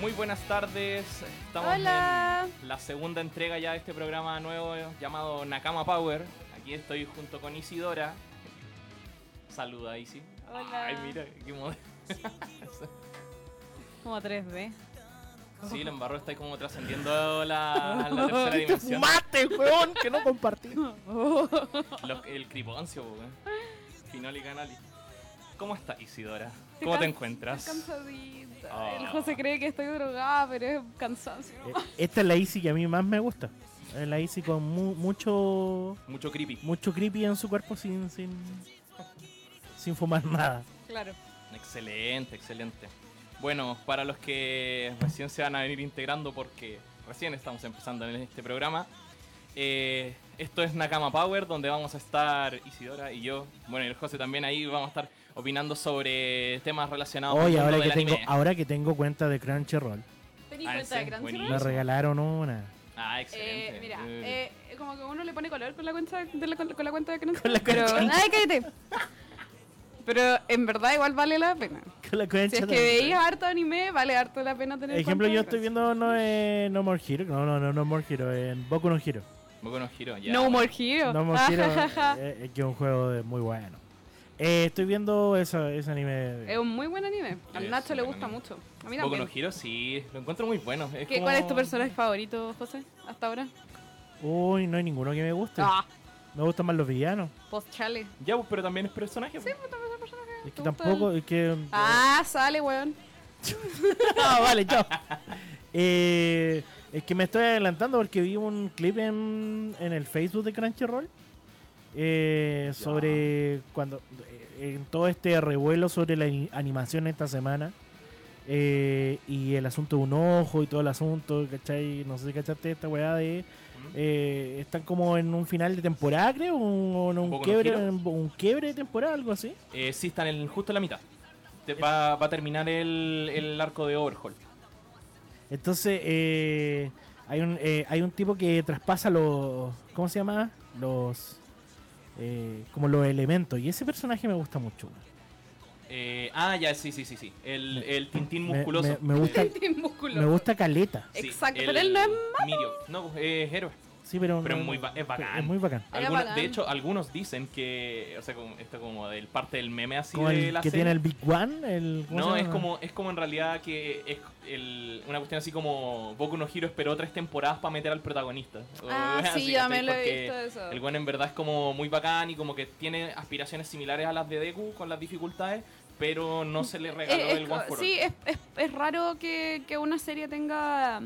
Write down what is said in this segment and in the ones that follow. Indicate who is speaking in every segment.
Speaker 1: Muy buenas tardes, estamos
Speaker 2: Hola.
Speaker 1: en la segunda entrega ya de este programa nuevo llamado Nakama Power. Aquí estoy junto con Isidora. Saluda Isi.
Speaker 2: Hola.
Speaker 1: Ay, mira, qué modelo.
Speaker 2: Como 3D.
Speaker 1: Sí, la embarró está ahí como trascendiendo la, la tercera
Speaker 2: Este
Speaker 3: ¡Te
Speaker 1: dimensión.
Speaker 3: fumaste, weón! Que no compartí.
Speaker 1: Los- el criponcio, po, weón. Finoli Canali. ¿Cómo estás, Isidora? ¿Cómo te
Speaker 2: can-
Speaker 1: encuentras?
Speaker 2: Cansadita.
Speaker 1: Ah.
Speaker 2: El José cree que estoy drogada, pero es cansancio.
Speaker 3: E, Esta es la Easy que a mí más me gusta. Es la Easy con mu- mucho
Speaker 1: Mucho creepy.
Speaker 3: mucho creepy en su cuerpo sin sin, sin fumar nada.
Speaker 2: Claro.
Speaker 1: Excelente, excelente. Bueno, para los que recién se van a venir integrando porque recién estamos empezando en este programa, eh, esto es Nakama Power, donde vamos a estar Isidora y yo, bueno, y el José también ahí, vamos a estar opinando sobre temas relacionados
Speaker 3: Oye,
Speaker 1: el
Speaker 3: ahora
Speaker 1: mundo
Speaker 3: que,
Speaker 1: del
Speaker 3: tengo,
Speaker 1: anime.
Speaker 3: ahora que tengo cuenta de Crunchyroll,
Speaker 2: Tení
Speaker 1: Ah,
Speaker 2: cuenta
Speaker 1: sí,
Speaker 2: de Crunchyroll.
Speaker 3: me
Speaker 1: buenísimo.
Speaker 3: regalaron una.
Speaker 1: Ah,
Speaker 2: Eh,
Speaker 1: excelente.
Speaker 2: mira,
Speaker 1: Eh,
Speaker 2: eh, como que uno le pone color con la cuenta de la, con, la cuenta de Crunchyroll.
Speaker 3: Con la
Speaker 2: pero,
Speaker 3: cuenta.
Speaker 2: ay, cállate. Pero en verdad igual vale la pena.
Speaker 3: Con la cuenta
Speaker 2: Si es que
Speaker 3: de-
Speaker 2: veis harto anime, vale harto la pena tener
Speaker 3: Ejemplo,
Speaker 2: cuenta
Speaker 3: yo
Speaker 2: de
Speaker 3: estoy
Speaker 2: Crunchyroll.
Speaker 3: viendo no, eh, no More Hero, no, no, no, no More Hero, en Boku no Hero.
Speaker 1: muy buenos giros, ya.
Speaker 2: No More Hero.
Speaker 3: No More
Speaker 2: Ah,
Speaker 3: Hero,
Speaker 2: ja, ja, ja.
Speaker 3: eh, eh, que es un juego de- muy bueno. Eh, estoy viendo eso, ese anime.
Speaker 2: Es un muy buen anime.
Speaker 1: Es
Speaker 2: Al Nacho
Speaker 1: un
Speaker 2: le
Speaker 1: buen
Speaker 2: gusta
Speaker 1: anime.
Speaker 2: mucho. A mí
Speaker 1: Boku
Speaker 2: también.
Speaker 1: no Hero, sí, lo encuentro muy bueno. Es
Speaker 2: ¿Qué,
Speaker 1: como-
Speaker 2: ¿Cuál es tu personaje favorito, José, hasta ahora?
Speaker 3: Uy, no hay ninguno que me guste.
Speaker 2: Ah,
Speaker 3: Me gustan más los villanos.
Speaker 2: Postchale.
Speaker 1: Ya, pero también es personaje. po.
Speaker 3: Es
Speaker 2: ¿Te
Speaker 3: que
Speaker 2: gusta
Speaker 3: tampoco, es que. eh,
Speaker 2: Ah, sale, weón.
Speaker 3: Ah, vale, chao. Eh, es que me estoy adelantando porque vi un clip en, en el Facebook de Crunchyroll eh, sobre cuando eh, en todo este revuelo sobre la ani- animación esta semana eh, y el asunto de un ojo y todo el asunto, ¿cachai? No sé si cachaste esta weá de. eh, están como en un final de temporada, creo, un, un- un
Speaker 1: poco no
Speaker 3: quiebre,
Speaker 1: giro?
Speaker 3: un, quiebre de temporada, algo así.
Speaker 1: Eh, sí, están en, justo en la mitad. Te- Va, va a terminar el, el arco de Overhaul.
Speaker 3: Entonces, eh, hay, un, eh, hay un tipo que traspasa los. ¿Cómo se llama? Los. eh, como los elementos. Y ese personaje me gusta mucho. güey.
Speaker 1: Eh, ah, ya, sí, sí, sí, sí. El, el tintín
Speaker 3: Me-
Speaker 1: musculoso.
Speaker 3: Me, me gusta,
Speaker 2: Tiene músculo.
Speaker 3: me gusta Caleta.
Speaker 1: Sí,
Speaker 2: Exacto, pero él no es malo.
Speaker 1: Mirio. No, es héroe.
Speaker 3: Sí, pero.
Speaker 1: Pero
Speaker 3: no-
Speaker 1: es muy ba- es bacán.
Speaker 3: Es muy bacán.
Speaker 2: Era
Speaker 1: Alguna-
Speaker 2: bacán.
Speaker 1: de hecho, algunos dicen que. O sea, como, esto como del parte del meme así
Speaker 3: Como
Speaker 1: de
Speaker 3: el
Speaker 1: la
Speaker 3: que
Speaker 1: serie.
Speaker 3: tiene el Big One. El, ¿cómo se
Speaker 1: No,
Speaker 3: llama?
Speaker 1: es como, es como en realidad que es el- una cuestión así como Boku no Hero esperó tres temporadas para meter al protagonista. O
Speaker 2: Ah,
Speaker 1: Oh, así,
Speaker 2: sí, ya
Speaker 1: ¿cachai?
Speaker 2: me lo
Speaker 1: Porque
Speaker 2: he visto eso. Eh,
Speaker 1: El bueno en verdad es como muy bacán y como que tiene aspiraciones similares a las de Deku con las dificultades, pero no se le regaló
Speaker 2: Eh, Es- es
Speaker 1: el
Speaker 2: co-
Speaker 1: One for
Speaker 2: sí,
Speaker 1: All.
Speaker 2: es, es- es raro que, que una serie tenga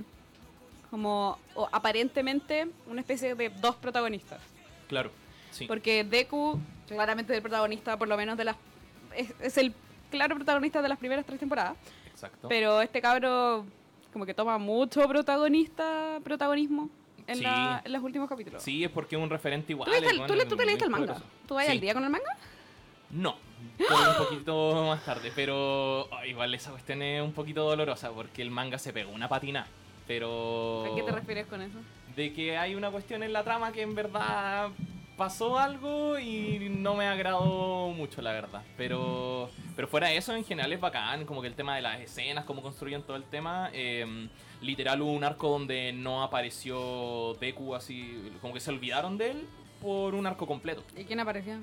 Speaker 2: como o aparentemente una especie de dos protagonistas.
Speaker 1: Claro, sí.
Speaker 2: Porque Deku, claramente es el protagonista, por lo menos de las. Es, es el claro protagonista de las primeras tres temporadas.
Speaker 1: Exacto.
Speaker 2: Pero este cabro, como que toma mucho protagonista, protagonismo en,
Speaker 1: Sí.
Speaker 2: la- en los últimos capítulos.
Speaker 1: Sí, es porque es un referente igual.
Speaker 2: ¿Tú, leíste el-
Speaker 1: weón,
Speaker 2: tú le- tú te
Speaker 1: muy
Speaker 2: leíste el manga?
Speaker 1: poderoso.
Speaker 2: ¿Tú vas
Speaker 1: Sí.
Speaker 2: al día con el manga?
Speaker 1: No, todo un poquito más tarde, pero ah, igual esa cuestión es un poquito dolorosa porque el manga se pegó una patina. Pero.
Speaker 2: ¿A qué te refieres con eso?
Speaker 1: de que hay una cuestión en la trama que en verdad pasó algo y no me agradó mucho, la verdad. Pero, pero fuera de eso, en general es bacán, como que el tema de las escenas, cómo construyen todo el tema. eh, literal hubo un arco donde no apareció Deku así, como que se olvidaron de él por un arco completo.
Speaker 2: ¿Y quién apareció?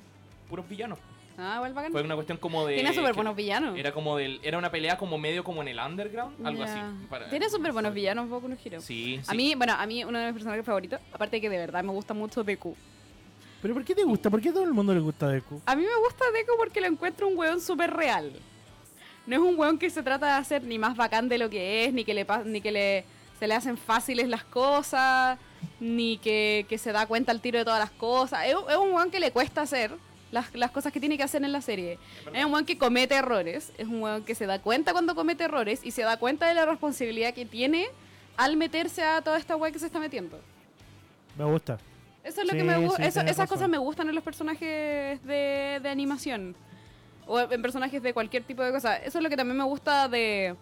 Speaker 1: Puros villanos.
Speaker 2: Ah, igual bacán.
Speaker 1: Fue una cuestión como de...
Speaker 2: Tiene súper
Speaker 1: que-
Speaker 2: buenos villanos.
Speaker 1: Era como del... Era una pelea como medio como en el underground, algo
Speaker 2: Ya.
Speaker 1: así. para-
Speaker 2: Tiene súper buenos villanos, Boku no Hero.
Speaker 1: Sí, sí.
Speaker 2: A mí, bueno, a mí uno de mis personajes favoritos, aparte de que de verdad me gusta mucho Deku.
Speaker 3: Pero ¿por qué te gusta? ¿Por qué a todo el mundo le gusta Deku?
Speaker 2: A mí me gusta Deku porque lo encuentro un weón súper real. No es un weón que se trata de hacer ni más bacán de lo que es, ni que le pa- ni que le se le hacen fáciles las cosas, ni que, que se da cuenta al tiro de todas las cosas. Es, un- es un weón que le cuesta hacer las, las cosas que tiene que hacer en la serie. Es un weón que comete errores, es un weón que se da cuenta cuando comete errores y se da cuenta de la responsabilidad que tiene al meterse a toda esta weá que se está metiendo.
Speaker 3: Me gusta.
Speaker 2: Eso es lo
Speaker 3: Sí,
Speaker 2: que me
Speaker 3: sí,
Speaker 2: gusta.
Speaker 3: tenés
Speaker 2: esas
Speaker 3: razón.
Speaker 2: cosas me gustan en los personajes de, de animación. O en personajes de cualquier tipo de cosa. Eso es lo que también me gusta de,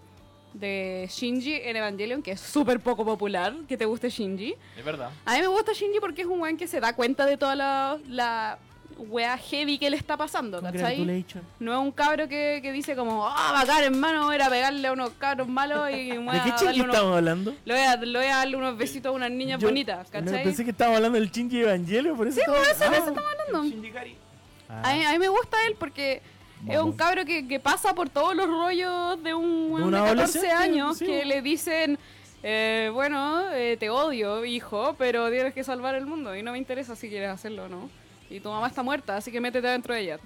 Speaker 2: de Shinji en Evangelion, que es súper poco popular que te guste Shinji.
Speaker 1: Es verdad.
Speaker 2: A mí me gusta Shinji porque es un weón que se da cuenta de toda la, la- wea heavy que le está pasando, ¿cachai?
Speaker 3: Congratulations.
Speaker 2: No es un cabro que, que dice como, ah, bacán, hermano, era pegarle a unos cabros malos y voy
Speaker 3: ¿De
Speaker 2: a
Speaker 3: qué
Speaker 2: darle
Speaker 3: chingy
Speaker 2: unos-
Speaker 3: estamos hablando?
Speaker 2: le voy a- le voy a darle unos besitos a unas niñas
Speaker 3: Yo-
Speaker 2: bonitas,
Speaker 3: no,
Speaker 2: ¿cachai?
Speaker 3: pensé que estábamos hablando del chingy evangelio, por eso.
Speaker 2: Sí,
Speaker 3: estaba-
Speaker 2: por eso, por eso
Speaker 3: Ah.
Speaker 2: estamos hablando.
Speaker 1: Shinji Kari.
Speaker 3: Ah.
Speaker 2: A mí, a mí me gusta él porque es un
Speaker 3: Vamos.
Speaker 2: cabro que, que pasa por todos los rollos de un weón
Speaker 3: un
Speaker 2: de 14
Speaker 3: adolescente,
Speaker 2: años
Speaker 3: sí.
Speaker 2: que le dicen, eh, bueno, eh, te odio, hijo, pero tienes que salvar el mundo y no me interesa si quieres hacerlo o no. Y tu mamá está muerta, así que métete dentro de ella.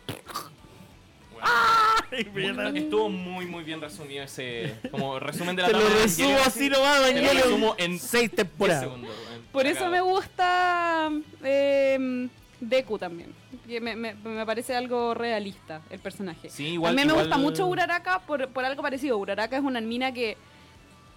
Speaker 1: Bueno, muy- estuvo muy, muy bien resumido ese. Como resumen de la
Speaker 3: Te lo
Speaker 1: trama de
Speaker 3: resumo
Speaker 1: Evangelion,
Speaker 3: así nomás,
Speaker 1: Te lo
Speaker 3: Evangelio.
Speaker 1: resumo en
Speaker 3: En
Speaker 1: 6
Speaker 3: seis temporadas.
Speaker 1: segundos. eh, weón.
Speaker 2: Por
Speaker 1: La
Speaker 2: eso
Speaker 1: cago.
Speaker 2: me gusta eh, Deku también. que Me, me- me parece algo realista el personaje.
Speaker 1: Sí, igual-
Speaker 2: a mí me
Speaker 1: igual-
Speaker 2: gusta mucho Uraraka por, por algo parecido. Uraraka es una mina que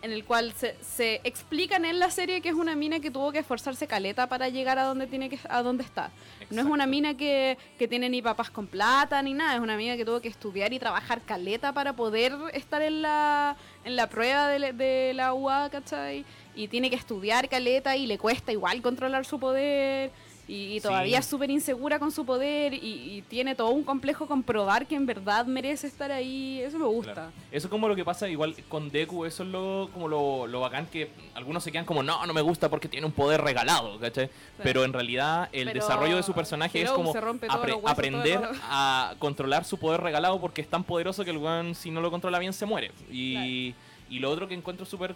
Speaker 2: en el cual se, se explican en la serie que es una mina que tuvo que esforzarse caleta para llegar a donde tiene que a donde está. No es
Speaker 1: Exacto.
Speaker 2: una mina que, que tiene ni papás con plata ni nada, es una mina que tuvo que estudiar y trabajar caleta para poder estar en la, en la prueba de, la- de la UA, ¿cachai? Y tiene que estudiar caleta y le cuesta igual controlar su poder. Y, y todavía
Speaker 1: Sí.
Speaker 2: es súper insegura con su poder y, y tiene todo un complejo con probar que en verdad merece estar ahí. Eso me gusta.
Speaker 1: Claro. Eso es como lo que pasa igual con Deku, eso es lo, como lo, lo bacán que algunos se quedan como, no, no me gusta porque tiene un poder regalado, ¿cachai? Pero en realidad el
Speaker 2: Pero
Speaker 1: desarrollo de su personaje es
Speaker 2: Jerome
Speaker 1: como
Speaker 2: se rompe todos los huesos,
Speaker 1: aprender
Speaker 2: todo el rato.
Speaker 1: a controlar su poder regalado porque es tan poderoso que el weón si no lo controla bien se muere. Y, y lo otro que encuentro súper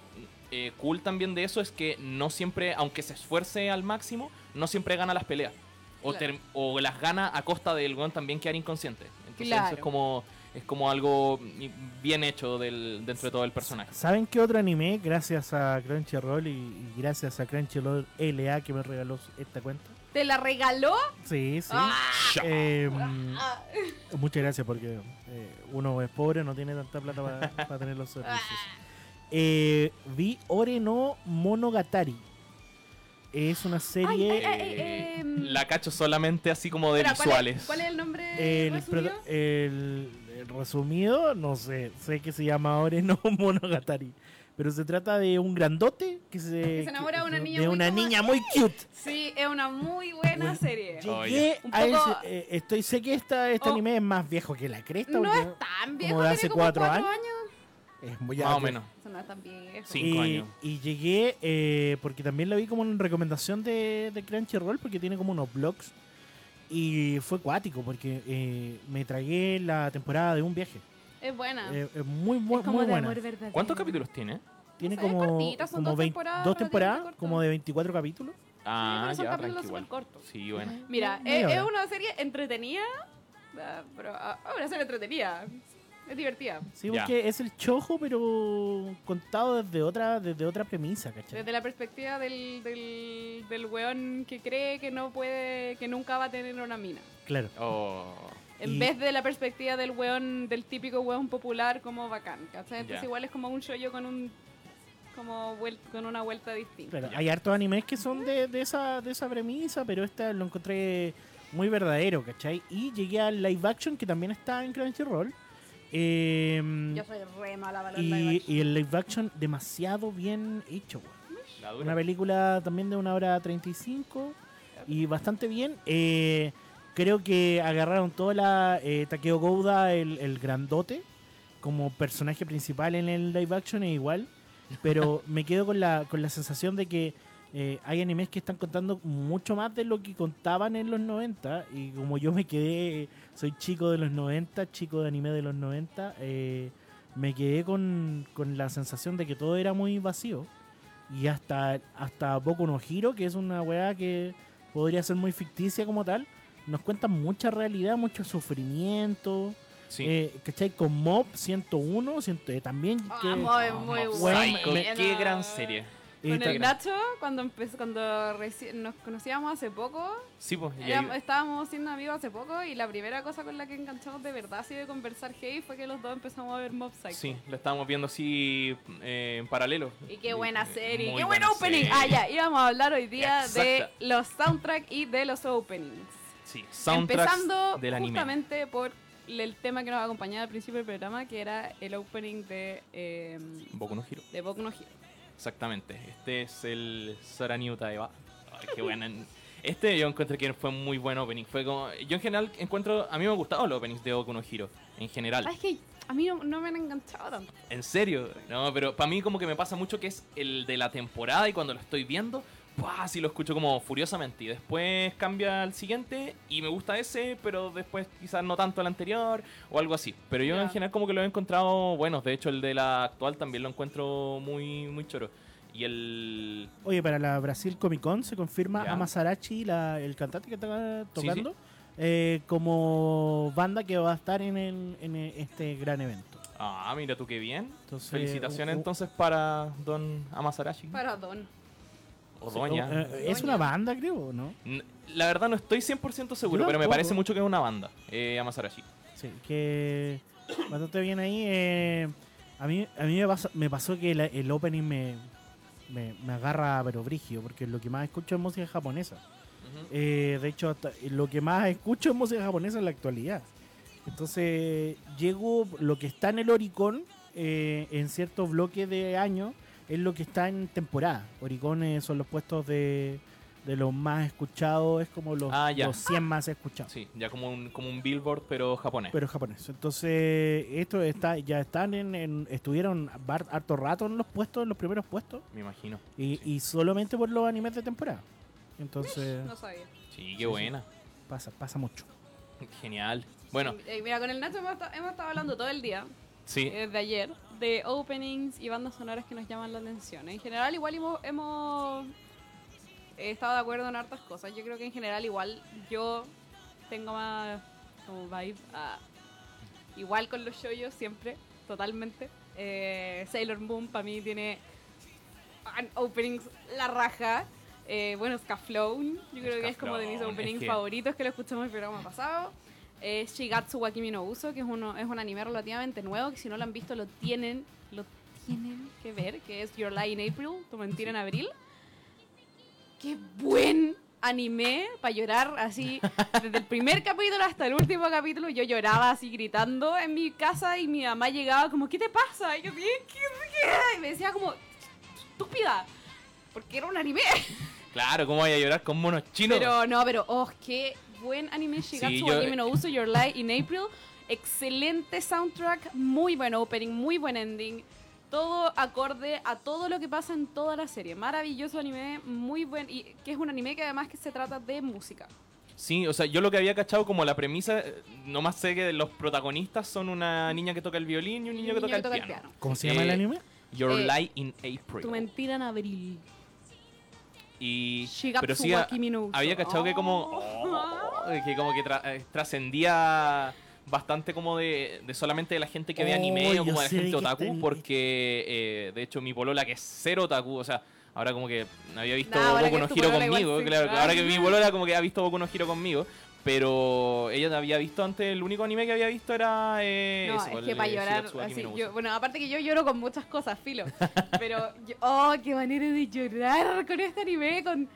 Speaker 1: eh, cool también de eso es que no siempre, aunque se esfuerce al máximo, no siempre gana las peleas. O,
Speaker 2: Claro.
Speaker 1: term- o las gana a costa del weón también quedar inconsciente. Entonces eso es
Speaker 2: Claro.
Speaker 1: como es como algo bien hecho del, dentro de todo el personaje.
Speaker 3: ¿Saben qué otro anime? Gracias a Crunchyroll y, y gracias a Crunchyroll LA que me regaló esta cuenta.
Speaker 2: ¿Te la regaló?
Speaker 3: Sí, sí.
Speaker 2: ¡Ah!
Speaker 3: Eh, mm, muchas gracias porque eh, uno es pobre, no tiene tanta plata para tener los servicios.
Speaker 1: Ah.
Speaker 3: Eh, vi Ore no Monogatari. Es una serie...
Speaker 2: Ay, ay, ay,
Speaker 1: Eh,
Speaker 2: em.
Speaker 1: la cacho solamente así como de
Speaker 2: Espera, ¿cuál es-
Speaker 1: visuales.
Speaker 2: ¿Cuál es, el nombre?
Speaker 3: Eh, El,
Speaker 2: resumido?
Speaker 3: prota- el- el resumido, no sé, sé que se llama ahora no Monogatari. Pero se trata de un grandote que se,
Speaker 2: se enamora de una niña
Speaker 3: de
Speaker 2: muy
Speaker 3: una
Speaker 2: como-
Speaker 3: niña muy cute.
Speaker 2: Sí, es una muy buena
Speaker 3: Bueno,
Speaker 2: serie.
Speaker 3: Llegué
Speaker 2: Un
Speaker 3: a
Speaker 2: poco-
Speaker 3: ese- eh, estoy, sé que esta, este
Speaker 2: Oh.
Speaker 3: anime es más viejo que la cresta.
Speaker 2: No
Speaker 3: porque
Speaker 2: es tan viejo,
Speaker 3: como de
Speaker 2: tiene
Speaker 3: hace
Speaker 2: como
Speaker 3: cuatro
Speaker 2: cuatro
Speaker 3: años.
Speaker 2: años.
Speaker 3: es muy
Speaker 1: Más o
Speaker 3: alto.
Speaker 1: menos.
Speaker 2: Eso no es tan viejo.
Speaker 1: Sí. Cinco
Speaker 3: Y,
Speaker 1: años.
Speaker 3: y llegué, eh, porque también lo vi como en recomendación de, de Crunchyroll, porque tiene como unos blogs. Y fue cuático, porque eh, me tragué la temporada de un viaje.
Speaker 2: Es buena.
Speaker 3: Eh, es muy, bu-
Speaker 2: Ah. es como
Speaker 3: muy
Speaker 2: de
Speaker 3: buena.
Speaker 2: amor verdadero.
Speaker 1: ¿Cuántos capítulos tiene?
Speaker 3: Tiene
Speaker 2: No sé, es
Speaker 3: como,
Speaker 2: cortita, son
Speaker 3: como
Speaker 2: dos
Speaker 3: vein-
Speaker 2: temporadas,
Speaker 3: dos temporadas
Speaker 2: relativamente
Speaker 3: como de 24 capítulos.
Speaker 1: Ah,
Speaker 2: pero pues, son
Speaker 1: ya,
Speaker 2: capítulos
Speaker 1: tranqui igual.
Speaker 2: supercortos.
Speaker 1: Sí, bueno.
Speaker 2: Mira, eh,
Speaker 3: Media
Speaker 2: es, es
Speaker 3: hora.
Speaker 2: una serie entretenida. ah, Pero ah, una serie entretenida. Es divertida.
Speaker 3: Sí,
Speaker 1: Ya.
Speaker 3: porque es el chojo, pero contado desde otra desde otra premisa, ¿cachai?
Speaker 2: Desde la perspectiva del, del, del weón que cree que no puede, que nunca va a tener una mina.
Speaker 3: Claro.
Speaker 1: Oh,
Speaker 2: En
Speaker 3: Y-
Speaker 2: vez de la perspectiva del weón, del típico weón popular como bacán, ¿cachai? Entonces
Speaker 1: Ya.
Speaker 2: igual es como un shoyo con un como vuel- con una vuelta distinta.
Speaker 3: Claro,
Speaker 1: Ya.
Speaker 3: hay hartos animes que son de, de esa, de esa premisa, pero esta lo encontré muy verdadero, ¿cachai? Y llegué al live action que también está en Crunchyroll. Em,
Speaker 2: Yo soy re mala para los live
Speaker 3: y,
Speaker 2: action.
Speaker 3: y el live action demasiado bien hecho, weón.
Speaker 1: la
Speaker 3: Una
Speaker 1: dura.
Speaker 3: película también de una hora 35 y bastante bien. Eh, creo que agarraron toda la eh, Takeo Gouda, el, el grandote, como personaje principal en el live action e igual. Pero me quedo con la, con la sensación de que eh, hay animes que están contando mucho más de lo que contaban en los 90. Y como yo me quedé, soy chico de los 90, chico de anime de los 90, eh, me quedé con, con la sensación de que todo era muy vacío. Y hasta, hasta Boku no Hero, que es una weá que podría ser muy ficticia como tal, nos cuentan mucha realidad, mucho sufrimiento.
Speaker 1: Sí.
Speaker 3: Eh, ¿Cachai? Con Mob 101, ciento- eh, también.
Speaker 2: Ah,
Speaker 3: que-
Speaker 2: Mob es muy
Speaker 1: Mob Oh, Psycho,
Speaker 2: buena.
Speaker 1: Qué gran serie.
Speaker 3: eh,
Speaker 2: Con
Speaker 3: ta-
Speaker 2: el Nacho, cuando, empezó, cuando recién nos conocíamos hace poco,
Speaker 1: Sí, pues. y ahí-
Speaker 2: éramos- estábamos siendo amigos hace poco y la primera cosa con la que enganchamos de verdad así de conversar heavy fue que los dos empezamos a ver Mob Psycho.
Speaker 1: sí, la estábamos viendo así eh, en paralelo.
Speaker 2: Y qué buena
Speaker 1: Eh,
Speaker 2: serie,
Speaker 1: muy
Speaker 2: qué buen opening.
Speaker 1: serie.
Speaker 2: Ah, ya, íbamos a hablar hoy día
Speaker 1: Exacto.
Speaker 2: de los soundtracks y de los openings.
Speaker 1: Sí, soundtracks
Speaker 2: Empezando
Speaker 1: del anime.
Speaker 2: justamente por el tema que nos acompañaba al principio del programa, que era el opening de, eh,
Speaker 1: Boku no Hero.
Speaker 2: de Boku no Hero.
Speaker 1: Exactamente. Este es el Sora Niuta Eva. Ah, Ay, qué buena. Este yo encontré que fue muy buen opening. Fue como, yo en general encuentro, a mí me han gustado los openings de Boku no Hero, en general.
Speaker 2: Ah, es que a mí no, no me han enganchado tanto.
Speaker 1: En serio, no, pero para mí como que me pasa mucho que es el de la temporada y cuando lo estoy viendo, ¡buah! sí lo escucho como furiosamente y después cambia al siguiente y me gusta ese, pero después quizás no tanto el anterior o algo así. Pero yo
Speaker 2: Ya.
Speaker 1: en general como que lo he encontrado buenos, de hecho el de la actual también lo encuentro muy muy choro. Y el
Speaker 3: Oye, para la Brasil Comic Con se confirma
Speaker 1: Ya.
Speaker 3: a Masarachi, la, el cantante que está
Speaker 1: Sí,
Speaker 3: tocando, eh, como banda que va a estar en, el- en este gran evento.
Speaker 1: Ah, mira tú qué bien.
Speaker 3: Entonces,
Speaker 1: Felicitaciones
Speaker 3: u- u-
Speaker 1: entonces para Don Amasarashi
Speaker 2: Para Don.
Speaker 1: o
Speaker 3: Sí,
Speaker 1: Doña.
Speaker 3: eh, eh, Es
Speaker 2: Doña.
Speaker 3: una banda, creo, ¿no?
Speaker 1: N- La verdad no estoy 100% seguro,
Speaker 3: Yo
Speaker 1: pero me
Speaker 3: tampoco.
Speaker 1: parece mucho que es una banda, eh, Amasarashi.
Speaker 3: Sí, que bastante bien ahí. eh, a mí, a mí me, pasa- me pasó que la- el opening me, me, me agarra, pero brígido, porque lo que más escucho es música japonesa. Eh, de hecho, hasta- lo que más escucho es música japonesa en la actualidad. Entonces, llego, lo que está en el Oricon, eh, en ciertos bloques de año, es lo que está en temporada. Oricones son los puestos de, de los más escuchados, es como los,
Speaker 1: Ah, ya.
Speaker 3: los 100 más escuchados
Speaker 1: Sí, ya como un, como un billboard, pero japonés.
Speaker 3: pero japonés. Entonces, esto está, ya están en, en- estuvieron bar- harto rato en los puestos, en los primeros puestos,
Speaker 1: Me imagino.
Speaker 3: y,
Speaker 1: Sí.
Speaker 3: y solamente por los animes de temporada. Entonces,
Speaker 2: No sabía.
Speaker 1: Sí, qué
Speaker 3: sí.
Speaker 1: buena.
Speaker 3: pasa, pasa mucho.
Speaker 1: Genial. Bueno,
Speaker 2: Eh, mira, con el Nacho hemos, esta- hemos estado hablando todo el día,
Speaker 1: sí.
Speaker 2: eh, de ayer, de openings y bandas sonoras que nos llaman la atención. En general, igual hemos, hemos estado de acuerdo en hartas cosas. Yo creo que en general, igual yo tengo más como vibe a- igual con los shoyos siempre, totalmente. Eh, Sailor Moon para mí tiene an- openings la raja. Eh, bueno, Scaflown, yo creo que es como de
Speaker 1: Scaflowne,
Speaker 2: mis
Speaker 1: es
Speaker 2: openings
Speaker 1: que-
Speaker 2: favoritos que lo escuchamos en el programa pasado. Eh, Shigatsu wa Kimi no Uso, que es, uno, es un anime relativamente nuevo, que si no lo han visto lo tienen, lo tienen que ver, que es Your Lie in April, tu mentira en abril. ¡Qué buen anime para llorar así! Desde el primer capítulo hasta el último capítulo yo lloraba así gritando en mi casa y mi mamá llegaba como, ¿qué te pasa? Y yo, ¿qué? ¿Qué? qué?" Y me decía como, estúpida, porque era un anime.
Speaker 1: Claro, ¿cómo vaya a llorar con monos chinos?
Speaker 2: Pero no, pero oh, qué buen anime Shigatsu
Speaker 1: yo- eh,
Speaker 2: wa Kimi no Uso Your Lie in April. Excelente soundtrack, muy buen opening, muy buen ending. Todo acorde a todo lo que pasa en toda la serie. Maravilloso anime, muy buen y que es un anime que además que se trata de música.
Speaker 1: Sí, o sea, yo lo que había cachado como la premisa, eh, nomás sé que los protagonistas son una niña que toca el violín y un niño, que, toca el piano.
Speaker 3: ¿Cómo se llama
Speaker 1: Eh,
Speaker 3: el anime?
Speaker 1: Your
Speaker 2: Eh,
Speaker 1: Lie in
Speaker 2: Tu
Speaker 1: April.
Speaker 2: mentira en abril.
Speaker 1: Y, pero
Speaker 2: Shigatsu
Speaker 1: sí, ah,
Speaker 2: wa
Speaker 1: a-
Speaker 2: Kimi no Uso.
Speaker 1: había cachado que como
Speaker 2: Oh.
Speaker 1: que como que tra- eh, trascendía bastante como de, de solamente de la gente que ve
Speaker 3: Oh,
Speaker 1: anime o
Speaker 3: yo
Speaker 1: como de la
Speaker 3: sé
Speaker 1: gente
Speaker 3: que
Speaker 1: otaku
Speaker 3: está en-
Speaker 1: porque eh, de hecho mi polola que es cero otaku o sea ahora como que había visto
Speaker 2: Nah, ahora
Speaker 1: Boku
Speaker 2: que
Speaker 1: no
Speaker 2: es tu
Speaker 1: Hero
Speaker 2: polola, igual
Speaker 1: conmigo
Speaker 2: sí.
Speaker 1: claro,
Speaker 2: Ah.
Speaker 1: ahora que mi polola como que ha visto Boku no Hero conmigo pero ella había visto antes el único anime que había visto era eh,
Speaker 2: No,
Speaker 1: ese,
Speaker 2: es
Speaker 1: el
Speaker 2: que
Speaker 1: de
Speaker 2: para llorar,
Speaker 1: Shigatsu wa Kimi
Speaker 2: así,
Speaker 1: no Uso.
Speaker 2: yo- bueno, aparte que yo lloro con muchas cosas, filo, pero, yo- oh, qué manera de llorar con este anime, con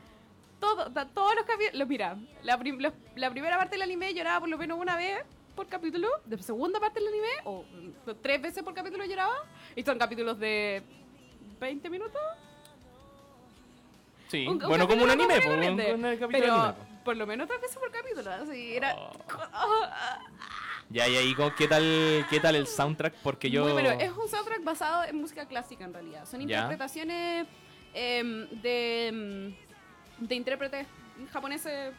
Speaker 2: todo, ta- todos los capítulos, mira, la, prim- los- la primera parte del anime lloraba por lo menos una vez por capítulo, de la segunda parte del anime, o mm, tres veces por capítulo lloraba, y son capítulos de 20 minutos.
Speaker 1: sí
Speaker 2: un- un
Speaker 1: bueno como un
Speaker 2: capítulo
Speaker 1: anime
Speaker 2: común y
Speaker 1: pues, un-
Speaker 2: corriente.
Speaker 1: un capítulo de
Speaker 2: Pero
Speaker 1: anime, pues.
Speaker 2: por lo menos tres veces por capítulo. Así era.
Speaker 1: Oh.
Speaker 2: Ah,
Speaker 1: ya y ahí como, qué tal qué tal el soundtrack porque yo
Speaker 2: muy bueno. es un soundtrack basado en música clásica en realidad. Son
Speaker 1: Ya.
Speaker 2: interpretaciones em, de, em, de intérpretes japoneses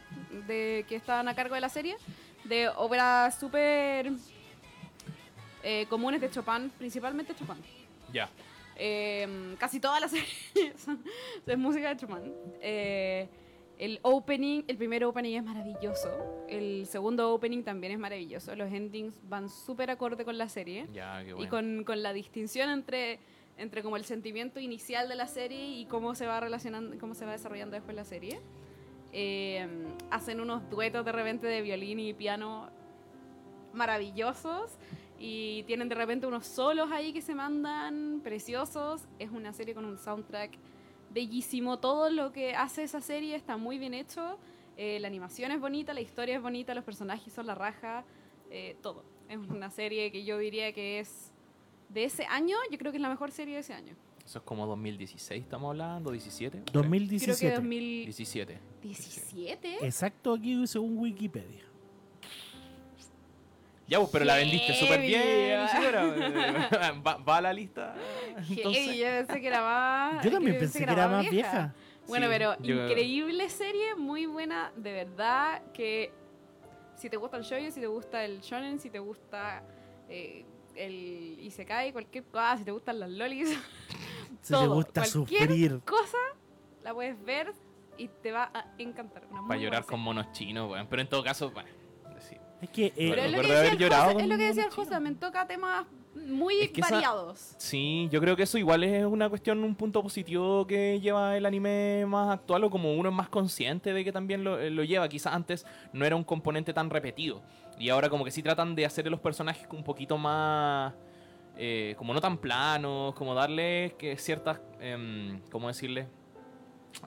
Speaker 2: de, que están a cargo de la serie, de obras súper eh, comunes de Chopin, principalmente Chopin.
Speaker 1: ya
Speaker 2: Eh, casi todas las series son- es música de Truman. Eh, el opening, el primer opening es maravilloso. El segundo opening también es maravilloso. Los endings van súper acorde con la serie.
Speaker 1: ya qué
Speaker 2: Y
Speaker 1: bueno
Speaker 2: con, con la distinción entre, entre como el sentimiento inicial de la serie y cómo se va relacionando, cómo se va desarrollando después la serie. Eh, hacen unos duetos de repente de violín y piano maravillosos y tienen de repente unos solos ahí que se mandan preciosos. Es una serie con un soundtrack bellísimo. Todo lo que hace esa serie está muy bien hecho. Eh, la animación es bonita, la historia es bonita, los personajes son la raja, eh, todo. Es una serie que yo diría que es de ese año, yo creo que es la mejor serie de ese año.
Speaker 1: Eso es como 2016, estamos hablando, 17. por ahí.
Speaker 3: 2017.
Speaker 2: Creo que 2017.
Speaker 1: 17.
Speaker 3: Exacto aquí según Wikipedia.
Speaker 1: Ya, pues, pero la vendiste súper bien,
Speaker 2: Heavy.
Speaker 1: señora. eh, va, va a la lista.
Speaker 2: Heavy, yo pensé que era más.
Speaker 3: Yo también pensé que era más vieja.
Speaker 2: Bueno,
Speaker 1: Sí,
Speaker 2: pero
Speaker 1: yo-
Speaker 2: increíble serie, muy buena, de verdad, que si te gusta el shoujo, si te gusta el shonen, si te gusta eh, el isekai, cualquier cosa, si te gustan las lolis,
Speaker 3: Si te
Speaker 2: todo,
Speaker 3: gusta
Speaker 2: cualquier
Speaker 3: sufrir.
Speaker 2: cosa, la puedes ver y te va a encantar. Una muy
Speaker 1: Para
Speaker 2: buena
Speaker 1: llorar con
Speaker 2: serie.
Speaker 1: monos chinos, weón. Pero en todo caso, bueno, sí.
Speaker 3: Es que eh,
Speaker 1: Pero
Speaker 2: Pero es lo, que
Speaker 1: Recuerdo haber
Speaker 2: decía el
Speaker 1: llorado
Speaker 2: José,
Speaker 1: con
Speaker 2: es lo que decía el
Speaker 1: Chino.
Speaker 2: José, me toca temas muy
Speaker 1: Es que esa-
Speaker 2: variados.
Speaker 1: Sí, yo creo que eso igual es una cuestión, un punto positivo que lleva el anime más actual o como uno es más consciente de que también lo, eh, lo lleva. Quizás antes no era un componente tan repetido y ahora como que sí tratan de hacer a los personajes un poquito más, eh, como no tan planos, como darle que ciertas, em, ¿cómo decirle?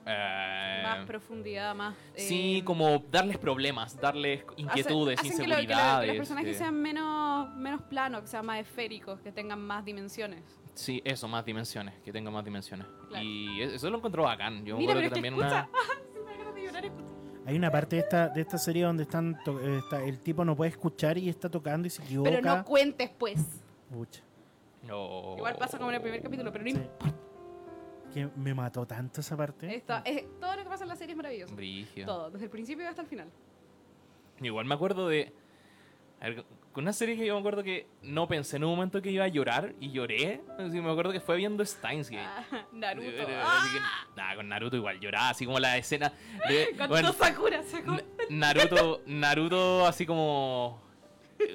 Speaker 1: Eh,
Speaker 2: Más profundidad, más...
Speaker 1: sí,
Speaker 2: eh,
Speaker 1: como darles problemas, darles
Speaker 2: Hace-
Speaker 1: inquietudes,
Speaker 2: hacen que lo- que lo- que
Speaker 1: inseguridades. eh.
Speaker 2: los personajes
Speaker 1: que-
Speaker 2: sean menos, menos planos, que sean más esféricos, que tengan más dimensiones.
Speaker 1: Sí, eso, más dimensiones, que tenga más dimensiones.
Speaker 2: Claro.
Speaker 1: Y es- eso lo encontró bacán. Yo me
Speaker 2: Mira,
Speaker 1: acuerdo
Speaker 2: pero
Speaker 1: que
Speaker 2: es que
Speaker 1: también
Speaker 2: escucha.
Speaker 1: una...
Speaker 2: Sí, me da ganas de llorar, escucha.
Speaker 3: hay una parte de esta, de esta serie donde están to- eh, está- el tipo no puede escuchar y está tocando y se equivoca.
Speaker 2: Pero no cuentes, pues.
Speaker 3: Pucha,
Speaker 1: No.
Speaker 2: Igual pasa como en el primer capítulo, pero no
Speaker 3: sí.
Speaker 2: importa.
Speaker 3: Que me mató tanto esa parte.
Speaker 2: Esto- es- todo lo que pasa en la serie es maravilloso.
Speaker 1: Brígido.
Speaker 2: Todo, desde el principio hasta el final.
Speaker 1: Igual me acuerdo de... a ver, con una serie que yo me acuerdo que no pensé en un momento que iba a llorar y lloré. Así, me acuerdo que fue viendo Steins Gate.
Speaker 2: Ah,
Speaker 1: Eh,
Speaker 2: Naruto.
Speaker 1: eh,
Speaker 2: Ah,
Speaker 1: así que- nah, con Naruto igual lloraba, así como la escena de...
Speaker 2: con
Speaker 1: bueno,
Speaker 2: todo Sakura, Sakura.
Speaker 1: Na- Naruto, Naruto así como,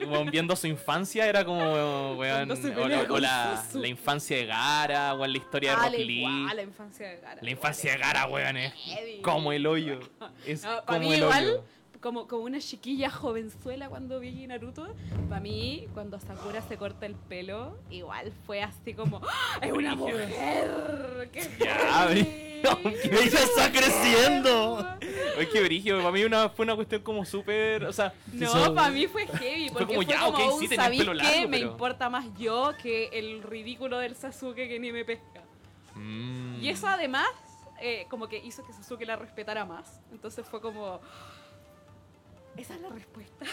Speaker 1: weón, viendo su infancia era como weón,
Speaker 2: Cuando se
Speaker 1: o,
Speaker 2: pelea
Speaker 1: o- o
Speaker 2: con
Speaker 1: la,
Speaker 2: Susu.
Speaker 1: la infancia de Gara, o la historia de
Speaker 2: Ah,
Speaker 1: Rock
Speaker 2: la,
Speaker 1: Lee.
Speaker 2: igual, la infancia de Gara.
Speaker 1: La infancia de Gara, weón, es
Speaker 2: Heavy.
Speaker 1: como el hoyo. Es
Speaker 2: No, para
Speaker 1: como
Speaker 2: mí
Speaker 1: el
Speaker 2: igual,
Speaker 1: hoyo.
Speaker 2: como, como una chiquilla jovenzuela cuando vi Naruto, para mí cuando Sakura se corta el pelo, igual fue así como ¡Ah! ¡Es una
Speaker 1: Brígido.
Speaker 2: mujer! ¡Qué
Speaker 1: Ya,
Speaker 2: heavy!
Speaker 1: brígido.
Speaker 3: ¡Ella está creciendo!
Speaker 1: Oye, qué brígido, para mí una, fue una cuestión como súper, o sea,
Speaker 2: No,
Speaker 3: Eso-
Speaker 2: para mí fue heavy,
Speaker 1: Fue
Speaker 2: porque
Speaker 1: como,
Speaker 2: fue
Speaker 1: ya,
Speaker 2: como,
Speaker 1: ok,
Speaker 2: un,
Speaker 1: sí, tenía el
Speaker 2: ¿sabís
Speaker 1: pelo largo,
Speaker 2: qué? Me
Speaker 1: pero-
Speaker 2: importa más yo que el ridículo del Sasuke que ni me pesca.
Speaker 1: mm,
Speaker 2: Y eso además, eh, como que hizo que Sasuke la respetara más. Entonces fue como... Esa es la respuesta.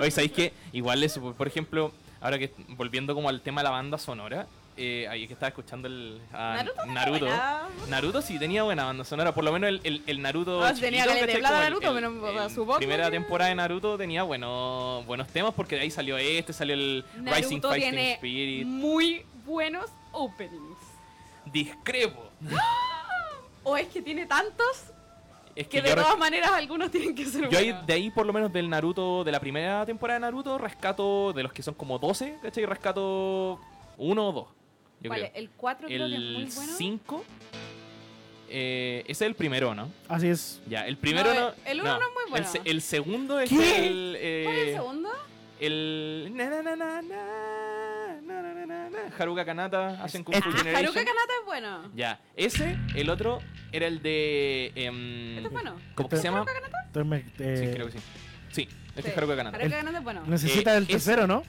Speaker 1: Oye, ¿sabéis que Igual eso, por- por ejemplo, ahora que volviendo como al tema de la banda sonora, eh, ahí es que estaba escuchando el a
Speaker 2: Naruto no
Speaker 1: Ah, Naruto.
Speaker 2: era.
Speaker 1: Naruto sí tenía buena banda sonora, por lo menos el, el, el Naruto.
Speaker 2: Ah, tenía
Speaker 1: chiquito,
Speaker 2: caleta de
Speaker 1: ¿cachai?
Speaker 2: plata
Speaker 1: Como
Speaker 2: Naruto, pero supongo
Speaker 1: primera
Speaker 2: que-
Speaker 1: temporada de Naruto tenía buenos buenos temas porque de ahí salió este, salió el Rising
Speaker 2: Naruto
Speaker 1: Fighting
Speaker 2: tiene
Speaker 1: Spirit.
Speaker 2: muy buenos openings.
Speaker 1: Discrepo.
Speaker 2: O es que tiene tantos
Speaker 1: Es que
Speaker 2: que
Speaker 1: yo,
Speaker 2: de
Speaker 1: re-
Speaker 2: todas maneras algunos tienen que ser
Speaker 1: yo ahí-
Speaker 2: buenos.
Speaker 1: de ahí por lo menos del Naruto, de la primera temporada de Naruto, rescato de los que son como 12, ¿cachai? Rescato uno o dos. Yo
Speaker 2: ¿Cuál
Speaker 1: creo.
Speaker 2: es? El 4 creo que es muy
Speaker 1: el
Speaker 2: bueno.
Speaker 1: 5. Eh, ese es el primero, ¿no?
Speaker 3: Así es.
Speaker 1: Ya, el primero
Speaker 2: No,
Speaker 1: no.
Speaker 2: el- el uno no es muy bueno.
Speaker 1: El, se- el segundo es
Speaker 3: ¿Qué?
Speaker 1: el. eh,
Speaker 2: ¿Cuál es el segundo?
Speaker 1: el- na, na, na, na, na, na, na, na, na, na, Haruka Kanata, hacen Kung
Speaker 3: es-
Speaker 1: Fu
Speaker 3: ah,
Speaker 1: Generation.
Speaker 2: Haruka Kanata es bueno.
Speaker 1: Ya, ese, el otro era el de. em,
Speaker 2: Este es bueno.
Speaker 1: ¿Cómo que se llama?
Speaker 3: Entonces me- eh,
Speaker 1: Sí, creo que sí. Sí, este es
Speaker 2: Sí.
Speaker 1: Haruka Kanata.
Speaker 2: Haruka Kanata es bueno.
Speaker 3: Necesita
Speaker 1: Eh,
Speaker 3: el
Speaker 1: es-
Speaker 3: tercero, ¿no?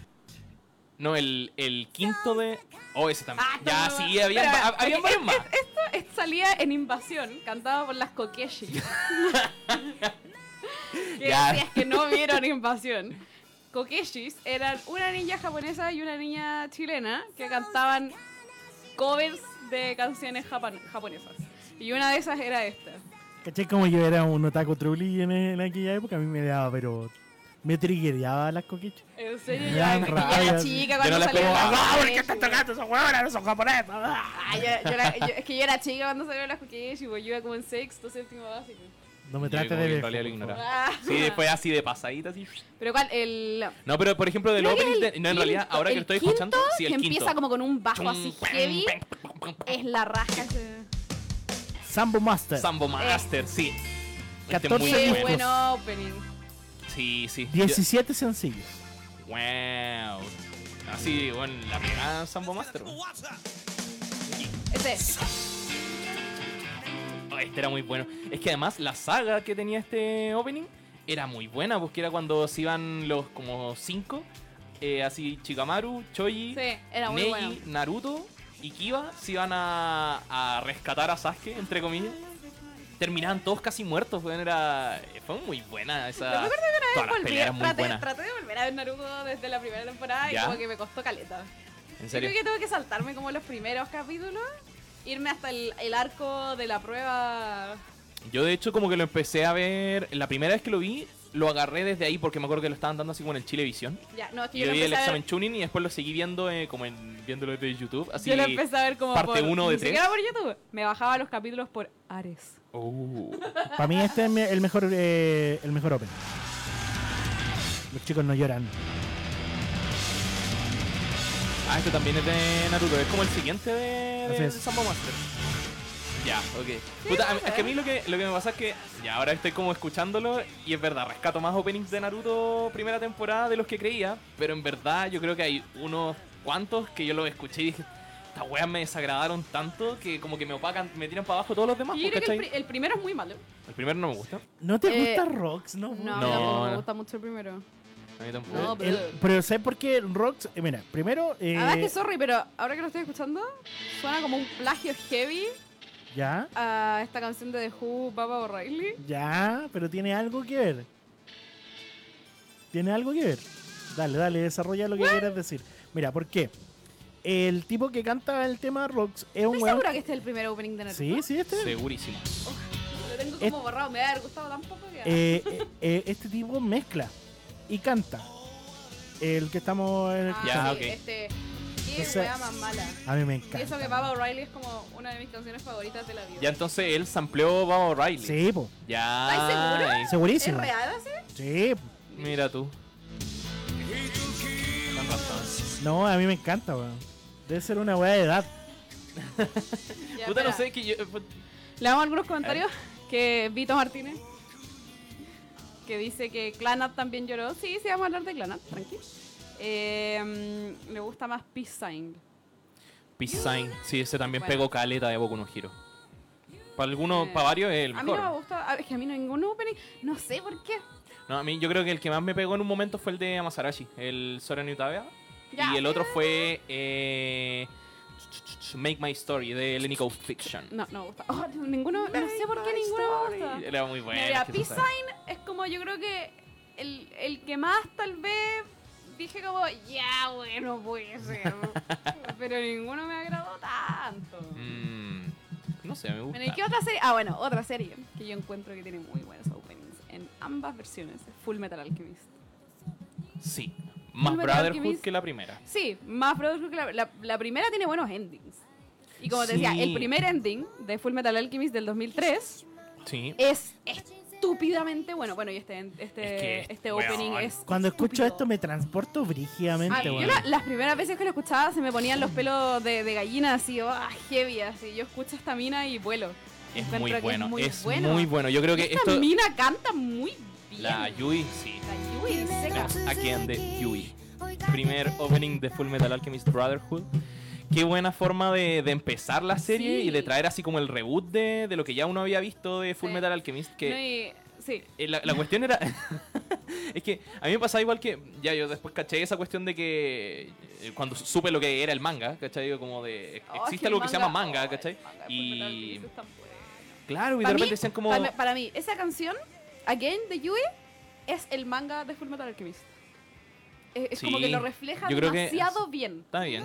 Speaker 1: No, el, el quinto de. Oh, ese también.
Speaker 2: Ah,
Speaker 1: ya,
Speaker 2: no, no,
Speaker 1: sí,
Speaker 2: no.
Speaker 1: había,
Speaker 2: Espera,
Speaker 1: hab- habían
Speaker 2: es-
Speaker 1: varios
Speaker 2: es-
Speaker 1: más.
Speaker 2: Este salía en Invasión, cantado por las Kokeshi. que
Speaker 1: Ya.
Speaker 2: si es que no vieron Invasión. Kokeshis eran una niña japonesa y una niña chilena que cantaban covers de canciones japan- japonesas. Y una de esas era esta.
Speaker 3: ¿Cachai? Como yo era un otaku trulli en, en aquella época, a mí me daba, pero. Me triggereaba las coquichas.
Speaker 2: En serio,
Speaker 3: Me
Speaker 2: yo era
Speaker 3: dan rabia.
Speaker 2: pequeña chica
Speaker 1: Yo no
Speaker 2: cuando
Speaker 1: la
Speaker 2: salió
Speaker 1: pegaba.
Speaker 2: las
Speaker 1: ¡Ah,
Speaker 2: Kokeshi.
Speaker 3: esos huevones, esos japoneses? ¡Ah!
Speaker 2: Ah, yo- yo era- yo- Es que yo era chica cuando salieron las Kokeshi, pues, yo iba como en sexto, séptimo básico.
Speaker 3: No me
Speaker 1: Yo
Speaker 3: trates
Speaker 1: como
Speaker 3: de
Speaker 1: que en realidad lo
Speaker 3: viejo, por favor.
Speaker 1: ignoraba.
Speaker 2: Ah.
Speaker 1: Sí, fue así de pasadita, así.
Speaker 2: Pero cuál, el...
Speaker 1: No, pero por ejemplo, del
Speaker 2: Creo que
Speaker 1: opening.
Speaker 2: el
Speaker 1: de- no, en realidad,
Speaker 2: quinto-
Speaker 1: ahora que
Speaker 2: el
Speaker 1: lo estoy
Speaker 2: quinto,
Speaker 1: escuchando, sí, el
Speaker 2: que
Speaker 1: quinto.
Speaker 2: empieza como con un bajo
Speaker 1: Chum,
Speaker 2: así
Speaker 1: pam,
Speaker 2: heavy,
Speaker 1: pam, pam, pam, pam.
Speaker 2: es la raja. ese-
Speaker 3: Sambo Master.
Speaker 1: Sambo Master, sí. Este es
Speaker 3: 14
Speaker 1: muy
Speaker 2: Qué
Speaker 3: minutos.
Speaker 1: bueno.
Speaker 2: bueno opening.
Speaker 1: Sí, sí.
Speaker 3: 17 sencillos.
Speaker 1: Yo- Wow. Así, bueno, la pegada Sambo Master. bueno.
Speaker 2: Ese,
Speaker 1: Oh, este era muy bueno. Es que además la saga que tenía este opening era muy buena, porque era cuando se iban los como cinco. eh, así, Chikamaru, Choji,
Speaker 2: sí, era muy
Speaker 1: Neji,
Speaker 2: bueno.
Speaker 1: Naruto y Kiba se iban a, a rescatar a Sasuke, entre comillas. Terminaban todos casi muertos, weón. Era, fue muy buena esa.
Speaker 2: Lo recuerdo
Speaker 1: todas las
Speaker 2: Volví-
Speaker 1: peleas eran muy
Speaker 2: traté,
Speaker 1: buenas.
Speaker 2: traté de volver a ver Naruto desde la primera temporada
Speaker 1: ¿Ya?
Speaker 2: y como que me costó caleta.
Speaker 1: En
Speaker 2: Yo
Speaker 1: serio.
Speaker 2: creo que tuve que saltarme como los primeros capítulos, irme hasta el, el arco de la prueba.
Speaker 1: Yo de hecho como que lo empecé a ver, la primera vez que lo vi, lo agarré desde ahí porque me acuerdo que lo estaban dando así como en el Chilevisión.
Speaker 2: Ya, no, es que
Speaker 1: Y
Speaker 2: yo,
Speaker 1: yo
Speaker 2: lo
Speaker 1: vi el
Speaker 2: empecé, a
Speaker 1: examen
Speaker 2: ver,
Speaker 1: tuning y después lo seguí viendo eh, como en, viéndolo desde YouTube. Así
Speaker 2: yo lo empecé a ver como
Speaker 1: parte
Speaker 2: por,
Speaker 1: uno
Speaker 2: ni
Speaker 1: de tres.
Speaker 2: siquiera por YouTube. Me bajaba los capítulos por Ares.
Speaker 1: Oh.
Speaker 3: Para mí este es mi- el mejor, eh, el mejor Open. Los chicos no lloran.
Speaker 1: Ah, este también es de Naruto, es como el siguiente de,
Speaker 3: Así
Speaker 1: de,
Speaker 3: es.
Speaker 1: de Sambo Master. Ya, ok. Puta, a mí- es que a
Speaker 2: eh.
Speaker 1: mí lo que, lo que me pasa es que ya ahora estoy como escuchándolo y es verdad, rescato más openings de Naruto primera temporada de los que creía, pero en verdad yo creo que hay unos cuantos que yo los escuché y dije, estas weas me desagradaron tanto que como que me opacan, me tiran para abajo todos los demás, ¿pues,
Speaker 2: Y yo creo que
Speaker 1: ¿cachai?
Speaker 2: el,
Speaker 1: El,
Speaker 2: pri- el primero es muy malo.
Speaker 1: primero no me gusta,
Speaker 3: ¿No te
Speaker 2: Eh,
Speaker 3: gusta Rocks? No.
Speaker 1: No,
Speaker 2: No, no, me
Speaker 1: no.
Speaker 2: gusta mucho el primero.
Speaker 1: a mí tampoco.
Speaker 2: No,
Speaker 3: El-
Speaker 2: pero-
Speaker 3: el- pero ¿sabes por qué Rocks? Eh, mira, primero... eh,
Speaker 2: Además que sorry, pero ahora que lo estoy escuchando, suena como un plagio heavy
Speaker 3: ya,
Speaker 2: a esta canción de The Who, Papa O'Reilly.
Speaker 3: ya, pero tiene algo que ver. Tiene algo que ver. Dale, dale, desarrolla lo que quieras decir. Mira, ¿por qué? El tipo que canta el tema Rocks es un
Speaker 2: Estoy
Speaker 3: weón...
Speaker 2: segura que este es el primer opening de Naruto.
Speaker 3: Sí, sí, este.
Speaker 1: Segurísimo.
Speaker 2: Lo tengo
Speaker 3: Es-
Speaker 2: como borrado, me ha gustado tampoco que...
Speaker 3: Eh, eh, eh, este tipo mezcla y canta. El que estamos... en el-
Speaker 2: Ah,
Speaker 1: Ya,
Speaker 2: sí,
Speaker 1: ok.
Speaker 2: este... Qué
Speaker 3: Entonces-
Speaker 2: wea más mala.
Speaker 3: A mí me
Speaker 2: Y eso que
Speaker 3: encanta.
Speaker 2: Papa O'Reilly es como una de mis canciones favoritas de la vida.
Speaker 1: Ya entonces él sampleó Bob O'Reilly.
Speaker 3: Sí, po,
Speaker 1: Ya.
Speaker 2: ¿Estás seguro?
Speaker 1: eh,
Speaker 2: ¿Es
Speaker 3: segurísimo.
Speaker 2: real así?
Speaker 3: Sí,
Speaker 1: Mira tú. Con razón.
Speaker 3: no, a mí me encanta, weón. Debe ser una weá de edad.
Speaker 2: Ya,
Speaker 1: Puta, no
Speaker 2: espera.
Speaker 1: sé, que yo... eh, put-
Speaker 2: Le damos algunos comentarios que Vito Martínez, que dice que Clanat también lloró. Sí, sí, vamos a hablar de Clanat, tranqui. Eh, mm, le gusta más Peace Sign.
Speaker 1: Peace Sign. Sí, ese también
Speaker 2: Bueno.
Speaker 1: pegó caleta de Boku no Hero. Para algunos,
Speaker 2: Eh,
Speaker 1: para varios es el
Speaker 2: A mí no me
Speaker 1: mejor.
Speaker 2: gusta, a- es que a mí no ningún opening, no sé por qué.
Speaker 1: No, a mí yo creo que el que más me pegó en un momento fue el de Amasarashi, el Sora New Tabea.
Speaker 2: Ya.
Speaker 1: Y el otro fue eh, Make My Story de Lenny Code Fiction.
Speaker 2: No, no me gusta. Oh, ninguno, no sé por qué ninguno me gusta.
Speaker 1: Era muy bueno.
Speaker 2: Mira,
Speaker 1: es que tú
Speaker 2: Peace
Speaker 1: sabes.
Speaker 2: Sign es como yo creo que el, el que más tal vez dije como, ya bueno, puede ser. Pero ninguno me agradó tanto.
Speaker 1: Mm, no sé, me gusta.
Speaker 2: Bueno, ¿y qué otra serie? Ah, bueno, otra serie que yo encuentro que tiene muy buenos openings en ambas versiones. es Full Metal Alchemist.
Speaker 1: Sí. Más
Speaker 2: Fullmetal
Speaker 1: Brotherhood
Speaker 2: Alchemist.
Speaker 1: que la primera.
Speaker 2: Sí, más producto que la, la- la primera tiene buenos endings. Y como te decía,
Speaker 1: Sí.
Speaker 2: el primer ending de Full Metal Alchemist del 2003
Speaker 1: Sí.
Speaker 2: es estúpidamente bueno. Bueno, y este, este,
Speaker 1: Es que es-
Speaker 2: este
Speaker 1: weón.
Speaker 2: opening es.
Speaker 3: Cuando escucho
Speaker 2: estúpido.
Speaker 3: esto me transporto
Speaker 2: Ah,
Speaker 3: brígidamente,
Speaker 2: yo
Speaker 3: weón.
Speaker 2: la- las primeras veces que lo escuchaba se me ponían los pelos de, de gallina así, ah, heavy, así. Yo escucho esta mina y vuelo.
Speaker 1: Es
Speaker 2: Encuentro
Speaker 1: muy
Speaker 2: que
Speaker 1: bueno.
Speaker 2: muy
Speaker 1: es
Speaker 2: bueno.
Speaker 1: muy bueno. Yo creo que
Speaker 2: Esta
Speaker 1: esto.
Speaker 2: mina canta muy bien.
Speaker 1: La Yui, sí.
Speaker 2: La Yui, seca.
Speaker 1: That's Again de Yui. Primer opening de Full Metal Alchemist Brotherhood. Qué buena forma de, de empezar la serie
Speaker 2: Sí.
Speaker 1: y de traer así como el reboot de, de lo que ya uno había visto de Full
Speaker 2: Sí.
Speaker 1: Metal Alchemist. Que
Speaker 2: No, y- sí.
Speaker 1: eh, la, la cuestión era. es que a mí me pasaba igual que. Ya yo después caché esa cuestión de que. eh, Cuando supe lo que era el manga, ¿cachai? Digo, Como de.
Speaker 2: Oh, es
Speaker 1: existe algo que se
Speaker 2: el
Speaker 1: llama manga,
Speaker 2: oh,
Speaker 1: ¿cachai?
Speaker 2: el manga de Fullmetal
Speaker 1: Y.
Speaker 2: Alchemist es tan bueno.
Speaker 1: Claro, y de
Speaker 2: Para
Speaker 1: repente
Speaker 2: mí,
Speaker 1: decían como.
Speaker 2: para, para mí, esa canción, Again de Yui, es el manga de Fullmetal Alchemist. Es, es como
Speaker 1: Sí,
Speaker 2: que lo refleja
Speaker 1: yo creo que-
Speaker 2: demasiado bien.
Speaker 1: Está bien.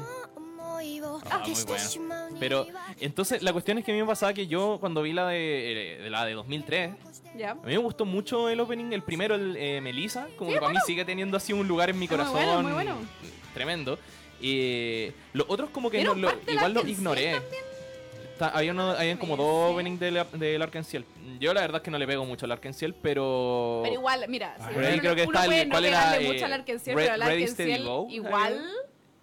Speaker 4: Ah, muy bueno.
Speaker 1: Pero entonces la cuestión es que a mí me pasaba que yo cuando vi la de, de la de 2003,
Speaker 2: ¿Ya?
Speaker 1: a mí me gustó mucho el opening, el primero, el eh, Melissa, como que para mí sigue teniendo así un lugar en mi
Speaker 2: Es Ah, muy
Speaker 1: corazón
Speaker 2: bueno, muy bueno.
Speaker 1: tremendo. Eh, los otros como que no,
Speaker 2: ¿Vieron
Speaker 1: lo-
Speaker 2: parte del
Speaker 1: igual los
Speaker 2: Arc en Ciel
Speaker 1: ignoré. Ta- había uno- habían como dos
Speaker 2: Sí.
Speaker 1: openings del, del Arkenciel. Yo la verdad es que no le pego mucho al Arkenciel, pero...
Speaker 2: Pero igual, mira, si
Speaker 1: Por Oh. Ah, ahí
Speaker 2: uno
Speaker 1: creo que
Speaker 2: uno
Speaker 1: está el-
Speaker 2: puede no
Speaker 1: ¿cuál era,
Speaker 2: pegarle
Speaker 1: eh,
Speaker 2: mucho al Arkenciel,
Speaker 1: Red-
Speaker 2: pero el
Speaker 1: Ready, Steady,
Speaker 2: Arkenciel
Speaker 1: Go?
Speaker 2: igual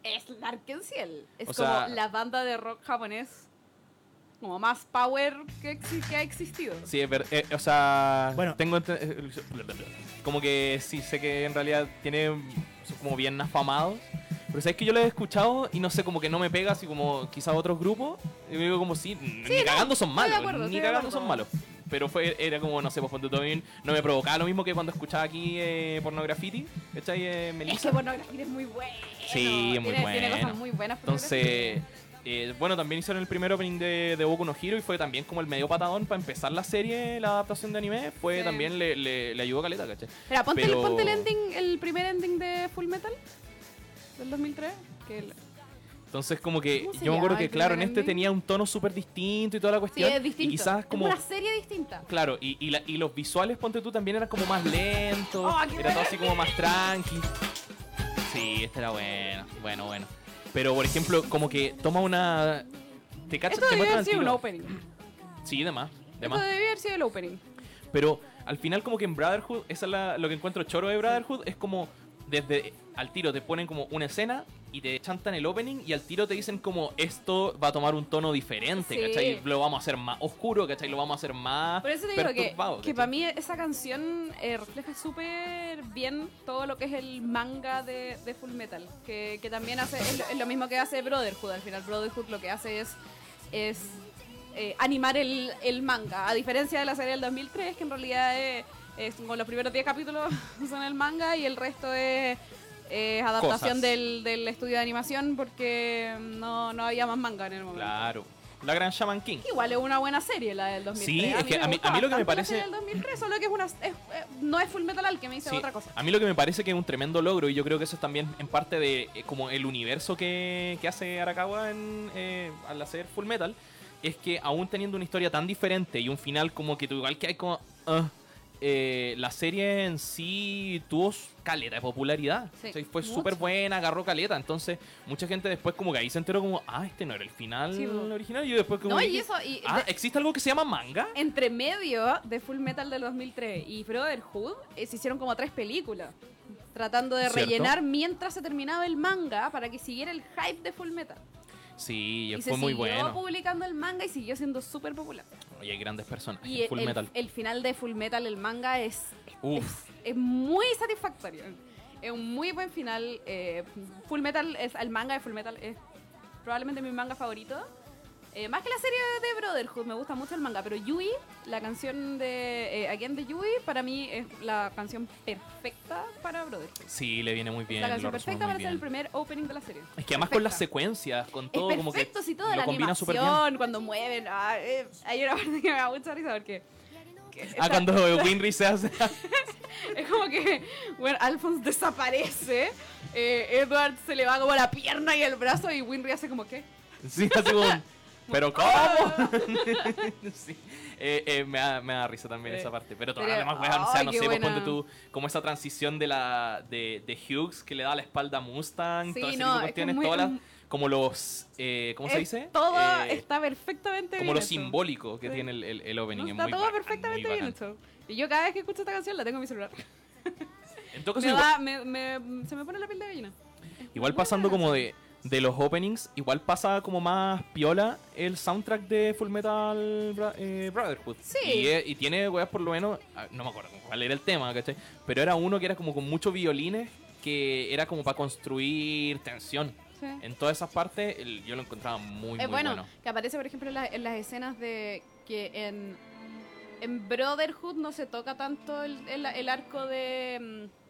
Speaker 2: es el Arkenciel. Es
Speaker 1: O
Speaker 2: como
Speaker 1: sea-
Speaker 2: la banda de rock japonés como más power que, exi- que ha existido.
Speaker 1: Sí, es ver- eh, o sea,
Speaker 3: Bueno.
Speaker 1: tengo ente- eh, como que sí sé que en realidad tiene son como bien afamados, pero sabes que yo lo he escuchado y no sé como que no me pega así como quizás otros grupos, y digo como sí, ni cagando son malos,
Speaker 2: acuerdo, estoy
Speaker 1: ni
Speaker 2: de
Speaker 1: cagando
Speaker 2: acuerdo.
Speaker 1: son malos. Pero fue, era como, no sé, pues cuando también no me provocaba lo mismo que cuando escuchaba aquí eh, pornografiti, ¿cachai? Eh,
Speaker 2: Es
Speaker 1: Melissa.
Speaker 2: que pornografía es muy bueno.
Speaker 1: Sí, es muy
Speaker 2: tiene, Tiene
Speaker 1: bueno.
Speaker 2: cosas muy buenas.
Speaker 1: Entonces, Eh, bueno, también hicieron el primer opening de, de Boku no Hero y fue también como el medio patadón para empezar la serie, la adaptación de anime. Fue
Speaker 2: Sí.
Speaker 1: también le, le- le ayudó a Caleta, ¿cachai?
Speaker 2: Espera, ponte,
Speaker 1: Pero-
Speaker 2: el, ponte el ending, el primer ending de Full Metal del 2003. Que el-
Speaker 1: Entonces, como que
Speaker 2: ¿Cómo se
Speaker 1: yo me acuerdo
Speaker 2: llama
Speaker 1: que,
Speaker 2: el
Speaker 1: claro, en
Speaker 2: primer
Speaker 1: este
Speaker 2: ending?
Speaker 1: tenía un tono súper distinto y toda la
Speaker 2: Sí,
Speaker 1: cuestión.
Speaker 2: es distinto.
Speaker 1: Y quizás como.
Speaker 2: Es una serie distinta.
Speaker 1: Claro, y, y, la- y los visuales, ponte tú, también eran como más lentos.
Speaker 2: Oh, qué
Speaker 1: era todo así como más tranqui. Sí, este era bueno, bueno, bueno. Pero, por ejemplo, como que toma una... Te cachas,
Speaker 2: Esto
Speaker 1: te
Speaker 2: debió
Speaker 1: matan
Speaker 2: haber
Speaker 1: al
Speaker 2: sido un
Speaker 1: tiro.
Speaker 2: opening.
Speaker 1: Sí, de más, de
Speaker 2: Esto
Speaker 1: más.
Speaker 2: debió haber sido el opening.
Speaker 1: Pero al final como que en Brotherhood, esa es la- lo que encuentro choro de Brotherhood, es como desde al tiro te ponen como una escena y te chantan el opening y al tiro te dicen como esto va a tomar un tono diferente,
Speaker 2: Sí.
Speaker 1: ¿cachai? Lo vamos a hacer más oscuro, ¿cachai? Lo vamos a hacer más...
Speaker 2: Por eso te digo que,
Speaker 1: perturbado,
Speaker 2: que
Speaker 1: ¿cachai?
Speaker 2: para mí esa canción eh, refleja súper bien todo lo que es el manga de, de Full Metal. Que, que también hace, es lo, es lo mismo que hace Brotherhood. Al final, Brotherhood lo que hace es, es eh, animar el, el manga. A diferencia de la serie del 2003, que en realidad eh, es como los primeros 10 capítulos son el manga y el resto es. eh, adaptación
Speaker 1: Cosas.
Speaker 2: del, del estudio de animación porque no, no había más manga en el momento.
Speaker 1: Claro. La gran Shaman King.
Speaker 2: Igual es una buena serie la del 2003.
Speaker 1: Sí, es que
Speaker 2: me
Speaker 1: a mí-
Speaker 2: gusta
Speaker 1: a mí lo que me
Speaker 2: bastante
Speaker 1: parece-
Speaker 2: La serie del 2003, solo que es una, es- eh, no es Full Metal que me dice
Speaker 1: Sí,
Speaker 2: otra cosa.
Speaker 1: A mí lo que me parece que es un tremendo logro y yo creo que eso es también en parte de eh, como el universo que, que hace Arakawa en, eh, al hacer Full Metal es que aún teniendo una historia tan diferente y un final como que tú igual que hay como... ah, eh, la serie en sí tuvo s- caleta de popularidad.
Speaker 2: Sí,
Speaker 1: O sea, y fue
Speaker 2: mucho.
Speaker 1: súper buena, agarró caleta. Entonces, mucha gente después como que ahí se enteró como, ah, este no era el final
Speaker 2: Sí, bo.
Speaker 1: original. Y yo después como...
Speaker 2: No, y
Speaker 1: dije,
Speaker 2: eso, y
Speaker 1: Ah,
Speaker 2: de-
Speaker 1: ¿existe algo que se llama manga?
Speaker 2: entre medio de Full Metal del 2003 y Brotherhood, eh, se hicieron como tres películas. Tratando de
Speaker 1: Cierto.
Speaker 2: rellenar mientras se terminaba el manga para que siguiera el hype de Full Metal.
Speaker 1: Sí,
Speaker 2: Y, se
Speaker 1: fue muy
Speaker 2: siguió
Speaker 1: bueno.
Speaker 2: publicando el manga y siguió siendo súper popular.
Speaker 1: Y hay grandes personas.
Speaker 2: Y el,
Speaker 1: Full
Speaker 2: el-
Speaker 1: Metal.
Speaker 2: el final de Full Metal, el manga, es, es-
Speaker 1: Uf.
Speaker 2: es, es muy satisfactorio. Es un muy buen final. eh, Full Metal, es, el manga de Full Metal es probablemente mi manga favorito. Eh, más que la serie de Brotherhood, me gusta mucho el manga, pero Yui, la canción de eh, Again de Yui, para mí es la canción perfecta para Brotherhood.
Speaker 1: Sí, le viene muy bien.
Speaker 2: la
Speaker 1: lo
Speaker 2: canción
Speaker 1: resume
Speaker 2: perfecta
Speaker 1: muy
Speaker 2: para ser
Speaker 1: bien.
Speaker 2: el primer opening de la serie.
Speaker 1: Es que además con las
Speaker 2: perfecta.
Speaker 1: secuencias, con
Speaker 2: Es
Speaker 1: todo, como que
Speaker 2: perfecto, sí, toda
Speaker 1: lo
Speaker 2: la
Speaker 1: combina súper bien.
Speaker 2: animación, cuando mueven. ah, eh, hay una parte que me da mucha risa porque... que
Speaker 1: Ah,
Speaker 2: esta-
Speaker 1: cuando Winry se hace.
Speaker 2: Es como que, bueno, Alphonse desaparece, eh, Edward se le va como la pierna y el brazo y Winry hace como que...
Speaker 1: sí, así como. un, ¿Pero cómo? sí. Eh, eh, me, da, me da risa también
Speaker 2: Eh,
Speaker 1: esa parte. Pero todas
Speaker 2: pero-
Speaker 1: las demás, weón, o sea,
Speaker 2: ay,
Speaker 1: no
Speaker 2: qué
Speaker 1: sé, pues,
Speaker 2: buena.
Speaker 1: ponte tú como esa transición de la de, de Hughes que le da la espalda a Mustang,
Speaker 2: Sí,
Speaker 1: todo ese
Speaker 2: no,
Speaker 1: tipo
Speaker 2: es
Speaker 1: de
Speaker 2: que
Speaker 1: cuestiones,
Speaker 2: muy-
Speaker 1: todas las- como los, eh, ¿cómo se
Speaker 2: eh,
Speaker 1: dice?
Speaker 2: Todo
Speaker 1: Eh,
Speaker 2: está perfectamente
Speaker 1: como
Speaker 2: bien
Speaker 1: lo
Speaker 2: hecho.
Speaker 1: simbólico que
Speaker 2: Sí.
Speaker 1: tiene el, el, el
Speaker 2: No,
Speaker 1: opening. es
Speaker 2: está
Speaker 1: muy
Speaker 2: todo
Speaker 1: bacán, muy
Speaker 2: perfectamente bien
Speaker 1: bacán.
Speaker 2: hecho. Y yo cada vez que escucho esta canción la tengo en mi celular.
Speaker 1: En todo caso,
Speaker 2: Me
Speaker 1: igual-
Speaker 2: da- me- me- se me pone la piel de gallina.
Speaker 1: Igual pasando como de, de los openings, igual pasa como más piola el soundtrack de Full Metal Bra- eh, Brotherhood.
Speaker 2: Sí.
Speaker 1: Y, eh, y tiene, weas, por lo menos, ah, no me acuerdo cuál era el tema, ¿cachai? Pero era uno que era como con muchos violines, que era como para construir tensión.
Speaker 2: Sí.
Speaker 1: En todas esas partes el- yo lo encontraba muy,
Speaker 2: Eh,
Speaker 1: muy
Speaker 2: bueno,
Speaker 1: bueno.
Speaker 2: que aparece, por ejemplo, en, la- en las escenas de que en, en Brotherhood no se toca tanto el, el- el arco de mm,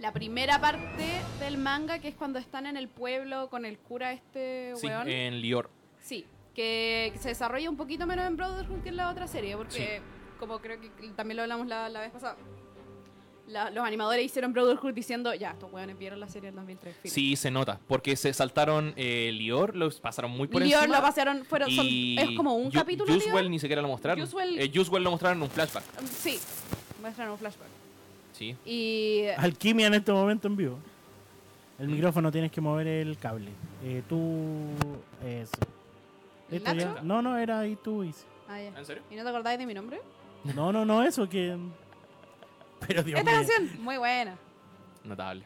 Speaker 2: la primera parte del manga, que es cuando están en el pueblo con el cura este
Speaker 1: Sí, eh.
Speaker 2: weón.
Speaker 1: en Lior.
Speaker 2: Sí, que se desarrolla un poquito menos en Brotherhood que en la otra serie, porque como creo que también lo hablamos la, la vez pasada. la- los animadores hicieron Brotherhood diciendo, ya, estos weones vieron la serie del 2003. fin".
Speaker 1: Sí, se nota, porque se saltaron eh, Lior, los pasaron muy por
Speaker 2: Leon
Speaker 1: encima.
Speaker 2: lo pasaron, fueron, son-
Speaker 1: y
Speaker 2: es como un
Speaker 1: Ju-
Speaker 2: capítulo.
Speaker 1: Juice
Speaker 2: Leon.
Speaker 1: WRLD ni siquiera lo mostraron.
Speaker 2: Juice WRLD-
Speaker 1: Eh, Juice WRLD lo mostraron en un flashback.
Speaker 2: Um, Sí, muestran un flashback.
Speaker 1: Sí,
Speaker 2: Y
Speaker 3: Alquimia en este momento en vivo. El micrófono tienes que mover el cable. Eh, tú. Eso. Listo, ya.
Speaker 2: ¿Nacho?
Speaker 3: No, no, era ahí tú, Is.
Speaker 2: Ah, ya.
Speaker 1: ¿en serio?
Speaker 2: ¿Y no te acordáis de mi nombre?
Speaker 3: No, no, no, eso que. Pero Dios
Speaker 2: Esta
Speaker 3: mío.
Speaker 2: canción, muy buena.
Speaker 1: Notable.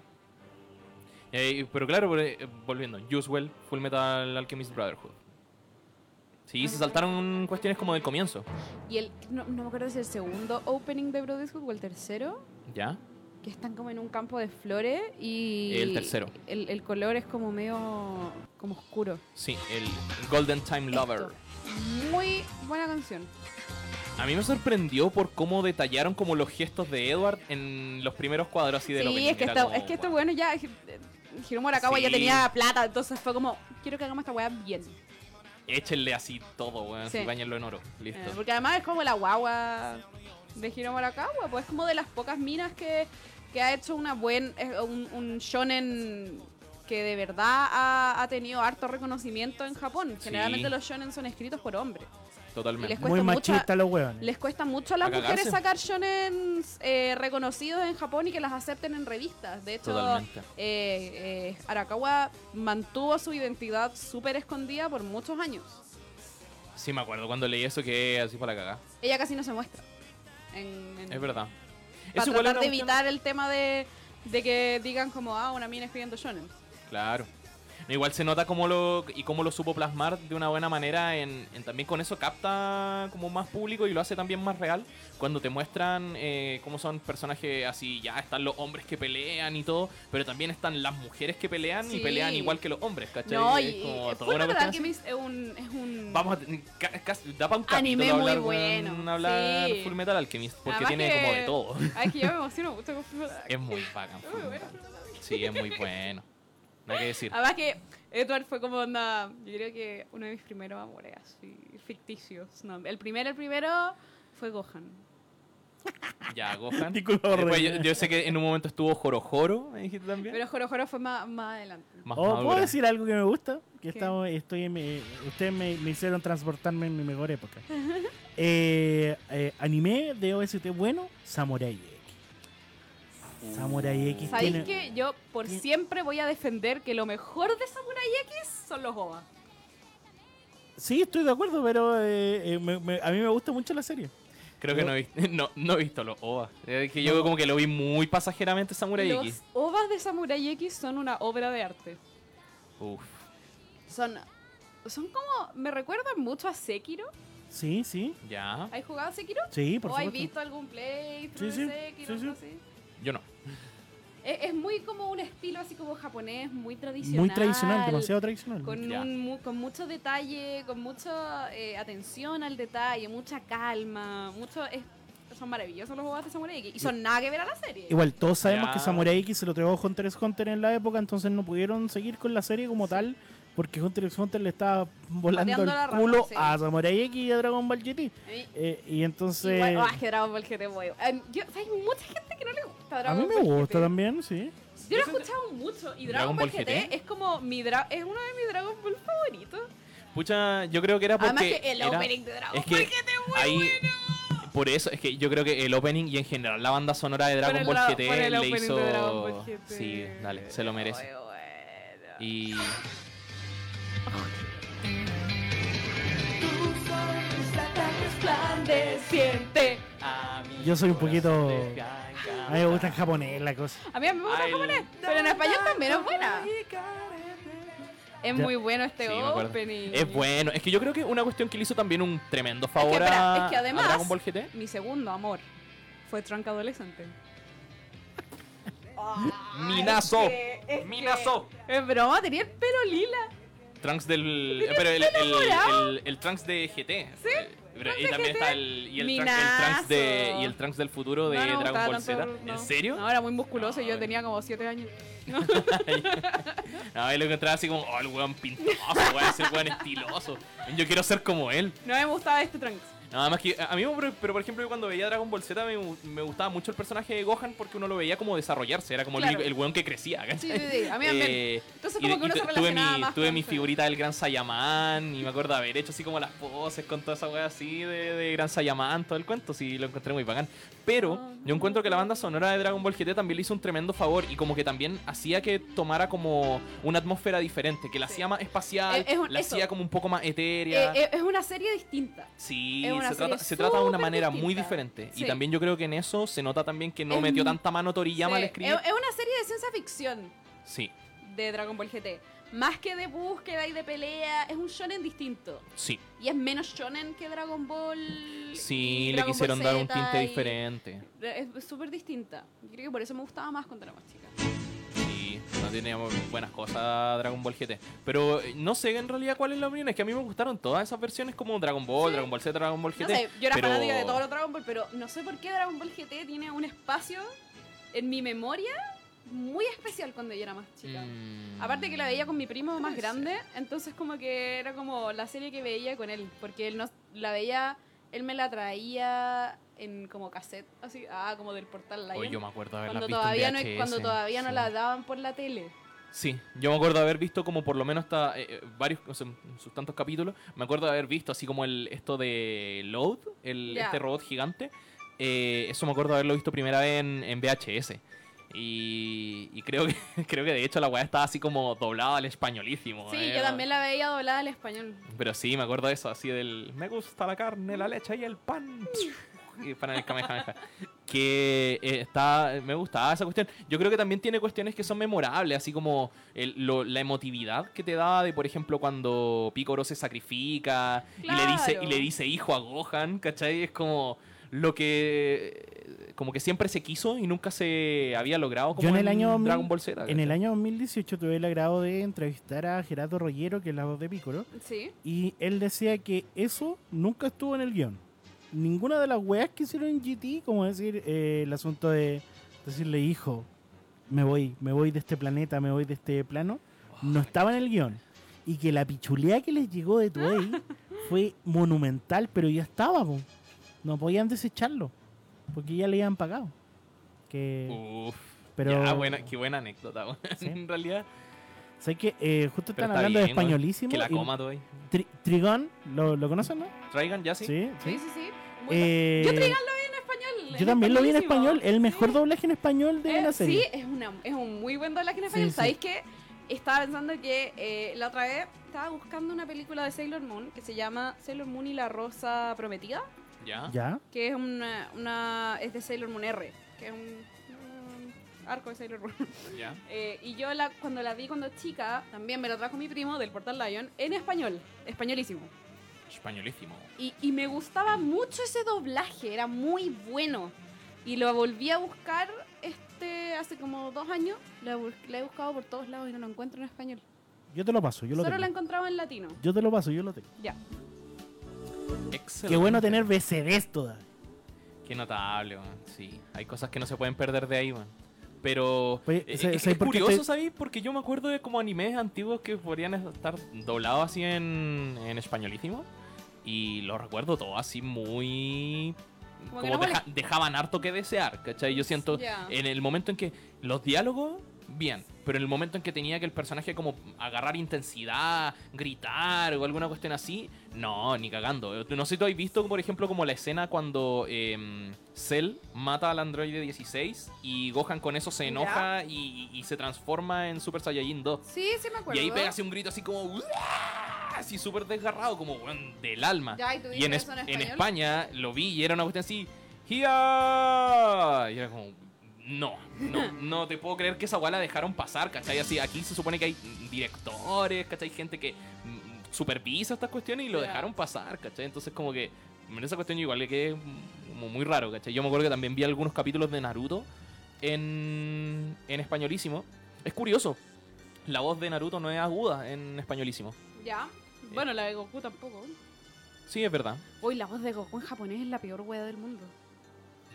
Speaker 1: Eh, pero claro, por- eh, volviendo, Usewell, Full Metal Alchemist Brotherhood. Sí, se saltaron cuestiones como del comienzo.
Speaker 2: Y el, no, no me acuerdo si el segundo opening de Brotherhood o el tercero,
Speaker 1: ¿Ya?
Speaker 2: que están como en un campo de flores y...
Speaker 1: El tercero.
Speaker 2: El, el color es como medio, como oscuro.
Speaker 1: Sí, el Golden Time Lover.
Speaker 2: Esto. Muy buena canción.
Speaker 1: A mí me sorprendió por cómo detallaron como los gestos de Edward en los primeros cuadros así de
Speaker 2: sí, es que, está, es que esto, bueno, este ya... eh, Hiro Morakawa ya
Speaker 1: Sí.
Speaker 2: tenía plata, entonces fue como, quiero que hagamos esta weá bien.
Speaker 1: Échenle así todo, weón.
Speaker 2: Sí.
Speaker 1: Y bañenlo en oro. Listo.
Speaker 2: Eh, porque además es como la guagua de Hiro Morakawa, pues es como de las pocas minas que, que ha hecho una buen, eh, un, un shonen que de verdad ha, ha tenido harto reconocimiento en Japón.
Speaker 1: Sí.
Speaker 2: Generalmente los shonen son escritos por hombres.
Speaker 1: Totalmente.
Speaker 2: les
Speaker 3: Muy
Speaker 2: cuesta
Speaker 3: machista
Speaker 2: mucha-
Speaker 3: los hueones.
Speaker 2: Les cuesta mucho a las
Speaker 1: Mm. A
Speaker 2: mujeres
Speaker 1: cagarse.
Speaker 2: sacar shonen eh, reconocidos en Japón y que las acepten en revistas. De hecho,
Speaker 1: Totalmente.
Speaker 2: eh, eh, Arakawa mantuvo su identidad súper escondida por muchos años.
Speaker 1: Sí, me acuerdo cuando leí eso que así para la cagada.
Speaker 2: Ella casi no se muestra. En, en-
Speaker 1: Es verdad.
Speaker 2: Para
Speaker 1: Eso igual
Speaker 2: tratar de
Speaker 1: era un tema-
Speaker 2: evitar el tema de, de que digan como, ah, una mina escribiendo shonen.
Speaker 1: Claro. No, Igual se nota cómo lo, y cómo lo supo plasmar de una buena manera. En, en también con eso capta como más público y lo hace también más real. Cuando te muestran eh, cómo son personajes así, ya están los hombres que pelean y todo, pero también están las mujeres que pelean
Speaker 2: Sí.
Speaker 1: y pelean igual que los hombres, ¿cachai?
Speaker 2: No,
Speaker 1: Es
Speaker 2: y,
Speaker 1: como toda
Speaker 2: y Full
Speaker 1: una cuestión
Speaker 2: Metal
Speaker 1: así.
Speaker 2: Alchemist es un... Es un
Speaker 1: Vamos a. ca- casi- da para un capítulo
Speaker 2: Anime muy
Speaker 1: hablar,
Speaker 2: bueno,
Speaker 1: weón, hablar
Speaker 2: sí.
Speaker 1: Full Metal Alchemist, porque
Speaker 2: Además
Speaker 1: tiene
Speaker 2: que-
Speaker 1: como de todo.
Speaker 2: Ay, que yo me emociono mucho con Full Metal
Speaker 1: Es
Speaker 2: Alchemist.
Speaker 1: muy bacán. Full
Speaker 2: muy
Speaker 1: Metal. Sí, es muy bueno. No hay que decir.
Speaker 2: Además que Edward fue como onda, yo creo que uno de mis primeros amores así, ficticios. No, el primero, el primero fue Gohan.
Speaker 1: Ya, Gohan.
Speaker 3: Nicolás
Speaker 1: Después,
Speaker 3: Borrell.
Speaker 1: yo, yo sé que en un momento estuvo Joro Joro, me dijiste también.
Speaker 2: Pero Joro Joro fue más, más adelante.
Speaker 1: Más
Speaker 3: Oh, ¿Puedo
Speaker 1: madura.
Speaker 3: decir algo que me gusta? Que
Speaker 2: ¿Qué?
Speaker 3: estamos, estoy en mi- eh, ustedes me, me hicieron transportarme en mi mejor época. Eh, eh, anime de OST bueno, Samurai X.
Speaker 1: Uh.
Speaker 3: Samurai X
Speaker 2: ¿Sabéis
Speaker 3: tiene-
Speaker 2: que yo por
Speaker 3: tiene-
Speaker 2: siempre voy a defender que lo mejor de Samurai X son los OVA?
Speaker 3: Sí, estoy de acuerdo, pero eh, eh, me- me- a mí me gusta mucho la serie.
Speaker 1: Creo que no, he vis- no, no he visto los OVA. Es que yo como que lo vi muy pasajeramente Samurai
Speaker 2: Los
Speaker 1: X.
Speaker 2: OVAs de Samurai X son una obra de arte.
Speaker 1: Uf.
Speaker 2: Son son como me recuerdan mucho a Sekiro.
Speaker 3: Sí, sí,
Speaker 1: Ya.
Speaker 2: ¿Has jugado a Sekiro?
Speaker 3: sí, por
Speaker 2: ¿O has
Speaker 3: supuesto.
Speaker 2: visto algún playthrough
Speaker 3: Sí, sí,
Speaker 2: de Sekiro?
Speaker 3: sí, sí.
Speaker 2: algo así?
Speaker 1: Yo no.
Speaker 2: Es, es muy como un estilo así como japonés, muy tradicional.
Speaker 3: Muy tradicional, demasiado tradicional.
Speaker 2: Con,
Speaker 1: Ya.
Speaker 2: un mu- con mucho detalle, con mucha eh, atención al detalle, mucha calma, mucho... es- son maravillosos los juegos de Samurai X. Y son nada que ver a la serie.
Speaker 3: Igual, todos sabemos
Speaker 1: Ya.
Speaker 3: que Samurai X se lo trajo Hunter x Hunter en la época, entonces no pudieron seguir con la serie como tal, porque Hunter x Hunter le estaba volando
Speaker 2: Pateando
Speaker 3: el
Speaker 2: la rama,
Speaker 3: culo
Speaker 2: sí.
Speaker 3: a Samurai X y a Dragon Ball GT.
Speaker 2: Eh,
Speaker 3: Eh, y entonces.
Speaker 2: Igual, oh, es que Dragon Ball GT es bueno. Eh, yo- Hay mucha gente que no le gusta
Speaker 3: a
Speaker 2: Dragon
Speaker 3: mí
Speaker 2: Ball
Speaker 3: me gusta
Speaker 2: GT.
Speaker 3: también, sí.
Speaker 2: Yo lo he escuchado mucho. Y Dragon,
Speaker 1: ¿Dragon
Speaker 2: Ball
Speaker 1: Ball
Speaker 2: GT,
Speaker 1: GT?
Speaker 2: es como mi... dra- es uno de mis Dragon Ball favoritos.
Speaker 1: Pucha, yo creo que era Ah, porque...
Speaker 2: Además que el
Speaker 1: era-
Speaker 2: opening de Dragon
Speaker 1: es que
Speaker 2: Ball GT es muy
Speaker 1: ahí- Por eso, es que yo creo que el opening y en general la banda sonora de Dragon
Speaker 2: Por
Speaker 1: Ball
Speaker 2: el-
Speaker 1: GT
Speaker 2: por el
Speaker 1: le
Speaker 2: opening de
Speaker 1: hizo...
Speaker 2: Dragon Ball GT.
Speaker 1: Sí, dale, se lo merece.
Speaker 2: Muy bueno.
Speaker 1: Y...
Speaker 2: Tu sol está tan resplandeciente.
Speaker 3: Yo soy un poquito. A mí me gusta en japonés la cosa.
Speaker 2: A mí me gusta
Speaker 1: Ay,
Speaker 2: japonés, pero en español también es buena. Es
Speaker 3: Ya.
Speaker 2: muy bueno este
Speaker 1: Sí, me acuerdo.
Speaker 2: opening.
Speaker 1: Es bueno, es que yo creo que una cuestión que le hizo también un tremendo favor a,
Speaker 2: espera, es que
Speaker 1: a
Speaker 2: además-
Speaker 1: Dragon Ball GT.
Speaker 2: Mi segundo amor fue Trunk Adolescente.
Speaker 1: Minazo.
Speaker 2: es
Speaker 1: Minazo.
Speaker 2: que- Es broma, tenía el pelo lila.
Speaker 1: Trunks del. eh, Pero el, el,
Speaker 2: enamorado.
Speaker 1: el- el Trunks de GT. Sí.
Speaker 2: Trunks
Speaker 1: y
Speaker 2: de
Speaker 1: también
Speaker 2: GT.
Speaker 1: está el, y el, Trunks, el Trunks de,
Speaker 2: Minazo.
Speaker 1: y el Trunks del futuro de
Speaker 2: No, no me
Speaker 1: Dragon
Speaker 2: gustaba
Speaker 1: Ball Z.
Speaker 2: tanto, no.
Speaker 1: ¿En serio?
Speaker 2: No, era muy musculoso y yo
Speaker 1: No,
Speaker 2: tenía como 7 años.
Speaker 1: No, yo lo encontraba así como, oh, el weón pintoso, weón, ese weón estiloso. Yo quiero ser como él.
Speaker 2: No me gustaba este Trunks.
Speaker 1: Nada más que a mí, pero, pero, por ejemplo, yo cuando veía Dragon Ball Z me, me gustaba mucho el personaje de Gohan porque uno lo veía como desarrollarse, era como el
Speaker 2: Claro.
Speaker 1: único- el, weón que crecía.
Speaker 2: Sí,
Speaker 1: ¿cachai?
Speaker 2: sí, sí, a mí también.
Speaker 1: Eh,
Speaker 2: Entonces
Speaker 1: y
Speaker 2: como
Speaker 1: de-
Speaker 2: que uno
Speaker 1: y
Speaker 2: se
Speaker 1: tu- tuve
Speaker 2: relacionaba
Speaker 1: mi,
Speaker 2: más
Speaker 1: tuve
Speaker 2: con
Speaker 1: mi
Speaker 2: eso.
Speaker 1: figurita del Gran Sayaman y me acuerdo haber hecho así como las poses con toda esa wea así de, de Gran Sayaman, todo el cuento, sí, lo encontré muy bacán. Pero
Speaker 2: Ah,
Speaker 1: yo encuentro que la banda sonora de Dragon Ball GT también le hizo un tremendo favor y como que también hacía que tomara como una atmósfera diferente, que la
Speaker 2: Sí.
Speaker 1: hacía más espacial,
Speaker 2: Eh, es un-
Speaker 1: la
Speaker 2: eso.
Speaker 1: hacía como un poco más
Speaker 2: Eh,
Speaker 1: etérea.
Speaker 2: eh, es una serie distinta.
Speaker 1: Sí,
Speaker 2: Es una
Speaker 1: se trata,
Speaker 2: serie
Speaker 1: se trata de una
Speaker 2: súper
Speaker 1: manera muy
Speaker 2: distinta.
Speaker 1: diferente.
Speaker 2: Sí.
Speaker 1: Y también yo creo que en eso se nota también que no
Speaker 2: Es
Speaker 1: metió
Speaker 2: mu-
Speaker 1: tanta mano Toriyama
Speaker 2: Sí,
Speaker 1: al escribir.
Speaker 2: Es, es una serie de ciencia ficción
Speaker 1: Sí,
Speaker 2: de Dragon Ball GT. Más que de búsqueda y de pelea, es un shonen distinto.
Speaker 1: sí,
Speaker 2: Y es menos shonen que Dragon Ball.
Speaker 1: sí,
Speaker 2: y
Speaker 1: le
Speaker 2: Dragon Ball
Speaker 1: quisieron dar un
Speaker 2: Z
Speaker 1: tinte
Speaker 2: y-
Speaker 1: diferente.
Speaker 2: Es es súper distinta. Yo creo que por eso me gustaba más cuando era más chica.
Speaker 1: Sí, no teníamos buenas cosas Dragon Ball GT. Pero eh, no sé en realidad cuál es la opinión. Es que a mí me gustaron todas esas versiones como Dragon Ball, Dragon Ball Z, Dragon Ball GT.
Speaker 2: No sé, yo era
Speaker 1: pero-
Speaker 2: fanática de todos los Dragon Ball, pero no sé por qué Dragon Ball GT tiene un espacio en mi memoria muy especial cuando yo era más chica.
Speaker 1: Mm.
Speaker 2: Aparte que la veía con mi primo más
Speaker 1: Puede
Speaker 2: grande, entonces como que era como la serie que veía con él, porque él nos la veía, él me la traía en como cassette, así, ah, como del portal Lion.
Speaker 1: Oye, yo me acuerdo de haberla
Speaker 2: cuando
Speaker 1: visto en
Speaker 2: todavía no
Speaker 1: VHS,
Speaker 2: cuando todavía no
Speaker 1: sí.
Speaker 2: la daban por la tele.
Speaker 1: Sí, yo me acuerdo de haber visto como por lo menos hasta eh, eh, varios, o sea, sus tantos capítulos, me acuerdo de haber visto así como el esto de Load, el,
Speaker 2: Ya.
Speaker 1: este robot gigante, eh, eso me acuerdo de haberlo visto primera vez en, en VHS. Y, y creo que creo que de hecho la weá estaba así como doblada al españolísimo.
Speaker 2: Sí,
Speaker 1: eh.
Speaker 2: yo también la veía doblada al español.
Speaker 1: Pero sí, me acuerdo de eso, así del me gusta la carne, la leche y el pan. Y para el Kamehameha. Que eh, está, me gustaba esa cuestión. Yo creo que también tiene cuestiones que son memorables, así como el- lo- la emotividad que te da de, por ejemplo, cuando Picoro se sacrifica y, le dice,
Speaker 2: Claro.
Speaker 1: y le dice hijo a Gohan, ¿cachai? Es como lo que eh, como que siempre se quiso y nunca se había logrado como
Speaker 3: Yo en el año 2000
Speaker 1: Dragon Ball Z.
Speaker 3: En el
Speaker 1: ¿cachai?
Speaker 3: año 2018 tuve el agrado de entrevistar a Gerardo Rollero, que es la voz de Piccolo,
Speaker 2: Sí.
Speaker 3: y él decía que eso nunca estuvo en el guión. Ninguna de las weas que hicieron en GT, como decir eh, el asunto de decirle, hijo, me voy, me voy de este planeta, me voy de este plano, no estaba en el guión. Y que la pichulea que les llegó de Toei fue monumental, pero ya estaba, po. no podían desecharlo, porque ya le habían pagado. Que,
Speaker 1: Uf,
Speaker 3: pero
Speaker 1: Uh, ya, buena, qué buena anécdota, weón.
Speaker 3: Sí.
Speaker 1: en realidad.
Speaker 3: ¿Sabes que eh, justo
Speaker 1: Pero
Speaker 3: están
Speaker 1: está
Speaker 3: hablando de
Speaker 1: bien, weón.
Speaker 3: españolísimo.
Speaker 1: Que la
Speaker 3: y
Speaker 1: coma, doy.
Speaker 3: Tri- Trigón, ¿lo, lo conocen, no?
Speaker 1: Traigan ya sí.
Speaker 3: Sí,
Speaker 2: Sí,
Speaker 3: sí.
Speaker 2: sí, sí. Muy
Speaker 3: Eh,
Speaker 2: bueno. yo Trigan lo vi en español.
Speaker 3: yo
Speaker 2: en
Speaker 3: también lo vi en
Speaker 2: españolísimo.
Speaker 3: español, el mejor
Speaker 2: Sí.
Speaker 3: doblaje en español de
Speaker 2: Eh,
Speaker 3: la serie.
Speaker 2: Sí, es, una, es un muy buen doblaje en
Speaker 3: Sí,
Speaker 2: español.
Speaker 3: sí.
Speaker 2: ¿Sabéis qué? Estaba pensando que eh, la otra vez estaba buscando una película de Sailor Moon que se llama Sailor Moon y la Rosa Prometida,
Speaker 1: Ya.
Speaker 3: Ah. ¿Ya?
Speaker 2: que es una, una es de Sailor Moon R, que es un, un arco de Sailor Moon.
Speaker 1: Ya.
Speaker 2: Eh, y yo la, cuando la vi cuando chica, también me la trajo mi primo del Portal Lion en español, españolísimo.
Speaker 1: Españolísimo.
Speaker 2: Y, y me gustaba mucho ese doblaje, era muy bueno. Y lo volví a buscar este hace como dos años. La, bu- la he buscado por todos lados y no lo encuentro en español.
Speaker 3: Yo te lo paso, yo lo
Speaker 2: Solo la
Speaker 3: tengo.
Speaker 2: encontraba en latino.
Speaker 3: Yo te lo paso, yo lo tengo.
Speaker 2: Ya.
Speaker 1: Excelente.
Speaker 3: Qué bueno tener BCDs todas.
Speaker 1: Qué notable, weón. Sí. Hay cosas que no se pueden perder de ahí, weón. Pero
Speaker 3: Oye,
Speaker 1: eh,
Speaker 3: ¿sabes-
Speaker 1: es,
Speaker 3: sabes
Speaker 1: es
Speaker 3: por qué
Speaker 1: curioso,
Speaker 3: estoy-
Speaker 1: ¿sabéis? Porque yo me acuerdo de como animes antiguos que podrían estar doblados así en, en españolísimo. Y lo recuerdo todo así muy...
Speaker 2: Como
Speaker 1: Como,
Speaker 2: que no
Speaker 1: deja- dejaban harto que desear, ¿cachai? Yo siento
Speaker 2: Ya.
Speaker 1: en el momento en que los diálogos, bien, pero en el momento en que tenía que el personaje como agarrar intensidad, gritar o alguna cuestión así, no, ni cagando. Eh, No sé si tú has visto, por ejemplo, como la escena cuando eh, Cell mata al androide 16 y Gohan con eso se
Speaker 2: Ya.
Speaker 1: enoja y, y- y se transforma en Super Saiyajin 2.
Speaker 2: Sí, sí me acuerdo.
Speaker 1: Y ahí pega así un grito así como... "¡Uah!", Así súper desgarrado, como weón, del alma.
Speaker 2: Ya, ¿y tú
Speaker 1: Y en,
Speaker 2: viste
Speaker 1: es-
Speaker 2: eso en
Speaker 1: en
Speaker 2: español?
Speaker 1: España lo vi y era una cuestión así, "¡Gia!", Y era como, no, no, no te puedo creer que esa weá la dejaron pasar, ¿cachai? Así, aquí se supone que hay directores, ¿cachai? Gente que mm, supervisa estas cuestiones y lo
Speaker 2: Ya.
Speaker 1: dejaron pasar, ¿cachai? Entonces como que en esa cuestión yo igual le quedé como muy raro, ¿cachai? Yo me acuerdo que también vi algunos capítulos de Naruto en, en españolísimo. Es curioso, la voz de Naruto no es aguda en españolísimo.
Speaker 2: Ya. Bueno, la de Goku tampoco.
Speaker 1: Sí, es verdad.
Speaker 2: Uy, la voz de Goku en japonés es la peor wea del mundo.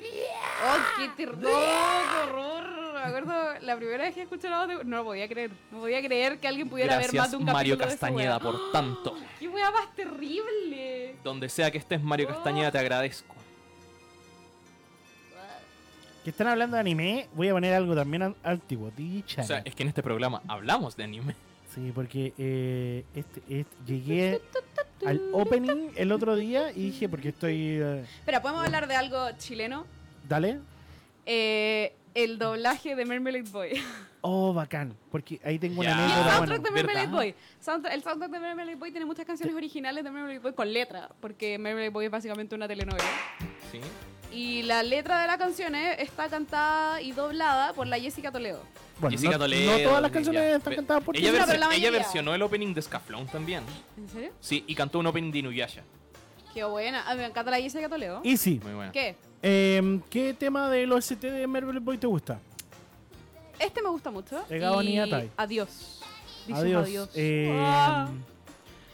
Speaker 2: ¡Oh, qué terror! ¡Qué horror! Me acuerdo la primera vez que escuché la voz de Goku. No lo podía creer. No podía creer que alguien pudiera ver más
Speaker 1: Gracias
Speaker 2: de un
Speaker 1: Mario
Speaker 2: capítulo de esa
Speaker 1: Castañeda
Speaker 2: wea.
Speaker 1: por tanto.
Speaker 2: ¡Qué wea más terrible!
Speaker 1: Donde sea que estés Mario
Speaker 2: Oh.
Speaker 1: Castañeda te agradezco.
Speaker 3: Que están hablando de anime, voy a poner algo también an- antiguo, dicha.
Speaker 1: O sea, es que en este programa hablamos de anime.
Speaker 3: Sí, porque eh, este, este- llegué al opening el otro día y dije, porque estoy... eh,
Speaker 2: Espera, ¿podemos hablar de algo chileno?
Speaker 3: dale.
Speaker 2: Eh, el doblaje de Mermelade Boy.
Speaker 3: Oh, bacán. Porque ahí tengo
Speaker 1: Ya.
Speaker 3: una
Speaker 2: el
Speaker 3: anécdota.
Speaker 1: Ah,
Speaker 2: soundtrack de
Speaker 1: bueno,
Speaker 2: Mermelade
Speaker 1: ¿verdad?
Speaker 2: Boy. Soundtra- el soundtrack de Mermelade Boy tiene muchas canciones originales de Mermelade Boy con letra, porque Mermelade Boy es básicamente una telenovela.
Speaker 1: Sí.
Speaker 2: Y la letra de las canciones está cantada y doblada por la Jessica Toledo.
Speaker 3: Bueno,
Speaker 1: Jessica
Speaker 3: no,
Speaker 1: Toledo,
Speaker 3: no todas las
Speaker 1: ya.
Speaker 3: canciones están
Speaker 1: Ve-
Speaker 3: cantadas por
Speaker 1: Ella,
Speaker 2: Sí, no,
Speaker 1: versi-
Speaker 2: pero la
Speaker 1: ella
Speaker 2: mayoría.
Speaker 1: versionó el opening de Scaflón también.
Speaker 2: ¿En serio?
Speaker 1: Sí, y cantó un opening de Inuyasha.
Speaker 2: Qué buena. A mí me encanta la Jessica Toledo.
Speaker 3: Easy.
Speaker 1: Muy buena.
Speaker 2: ¿Qué?
Speaker 3: Eh, ¿Qué tema del OST de Marvel Boy te gusta?
Speaker 2: Este me gusta mucho.
Speaker 3: Llegado
Speaker 2: y
Speaker 3: Niatai.
Speaker 2: Adiós. Dice
Speaker 3: adiós.
Speaker 2: adiós.
Speaker 3: Eh,
Speaker 2: Ah.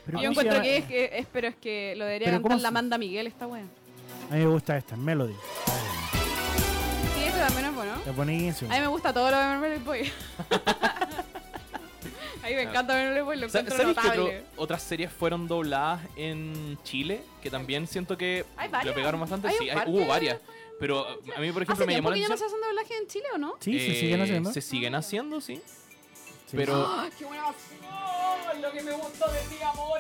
Speaker 3: pero
Speaker 2: Yo
Speaker 3: ¿cómo se
Speaker 2: encuentro
Speaker 3: llama?
Speaker 2: que es, que es- pero es que lo debería
Speaker 3: Pero
Speaker 2: cantar
Speaker 3: ¿cómo
Speaker 2: la
Speaker 3: se-
Speaker 2: Amanda Miguel, está buena.
Speaker 3: A mí me gusta esta, Melody.
Speaker 2: Sí, eso también es bueno.
Speaker 3: Es buenísimo.
Speaker 2: A mí me gusta todo lo de Mermaid Boy. a mí me encanta Mermaid Boy, lo
Speaker 1: Sa-
Speaker 2: encuentro
Speaker 1: ¿Sabes que
Speaker 2: notable.
Speaker 1: otro- otras series fueron dobladas en Chile? Que también siento que
Speaker 2: ¿Hay varias?
Speaker 1: le pegaron bastante.
Speaker 2: ¿Hay
Speaker 1: Sí,
Speaker 2: un
Speaker 1: hay-
Speaker 2: par
Speaker 1: hubo
Speaker 2: que-
Speaker 1: varias. Pero a mí, por ejemplo,
Speaker 2: ¿Hace
Speaker 1: me llamó
Speaker 2: tiempo
Speaker 1: la
Speaker 2: que ya no se
Speaker 1: atención.
Speaker 2: hacen doblaje en Chile o no?
Speaker 3: sí, se
Speaker 1: Eh,
Speaker 3: siguen haciendo.
Speaker 1: Se siguen haciendo, sí.
Speaker 3: Sí.
Speaker 1: Pero.
Speaker 2: ¡Ah, qué buena opción!
Speaker 1: lo que me gustó de ti, amor!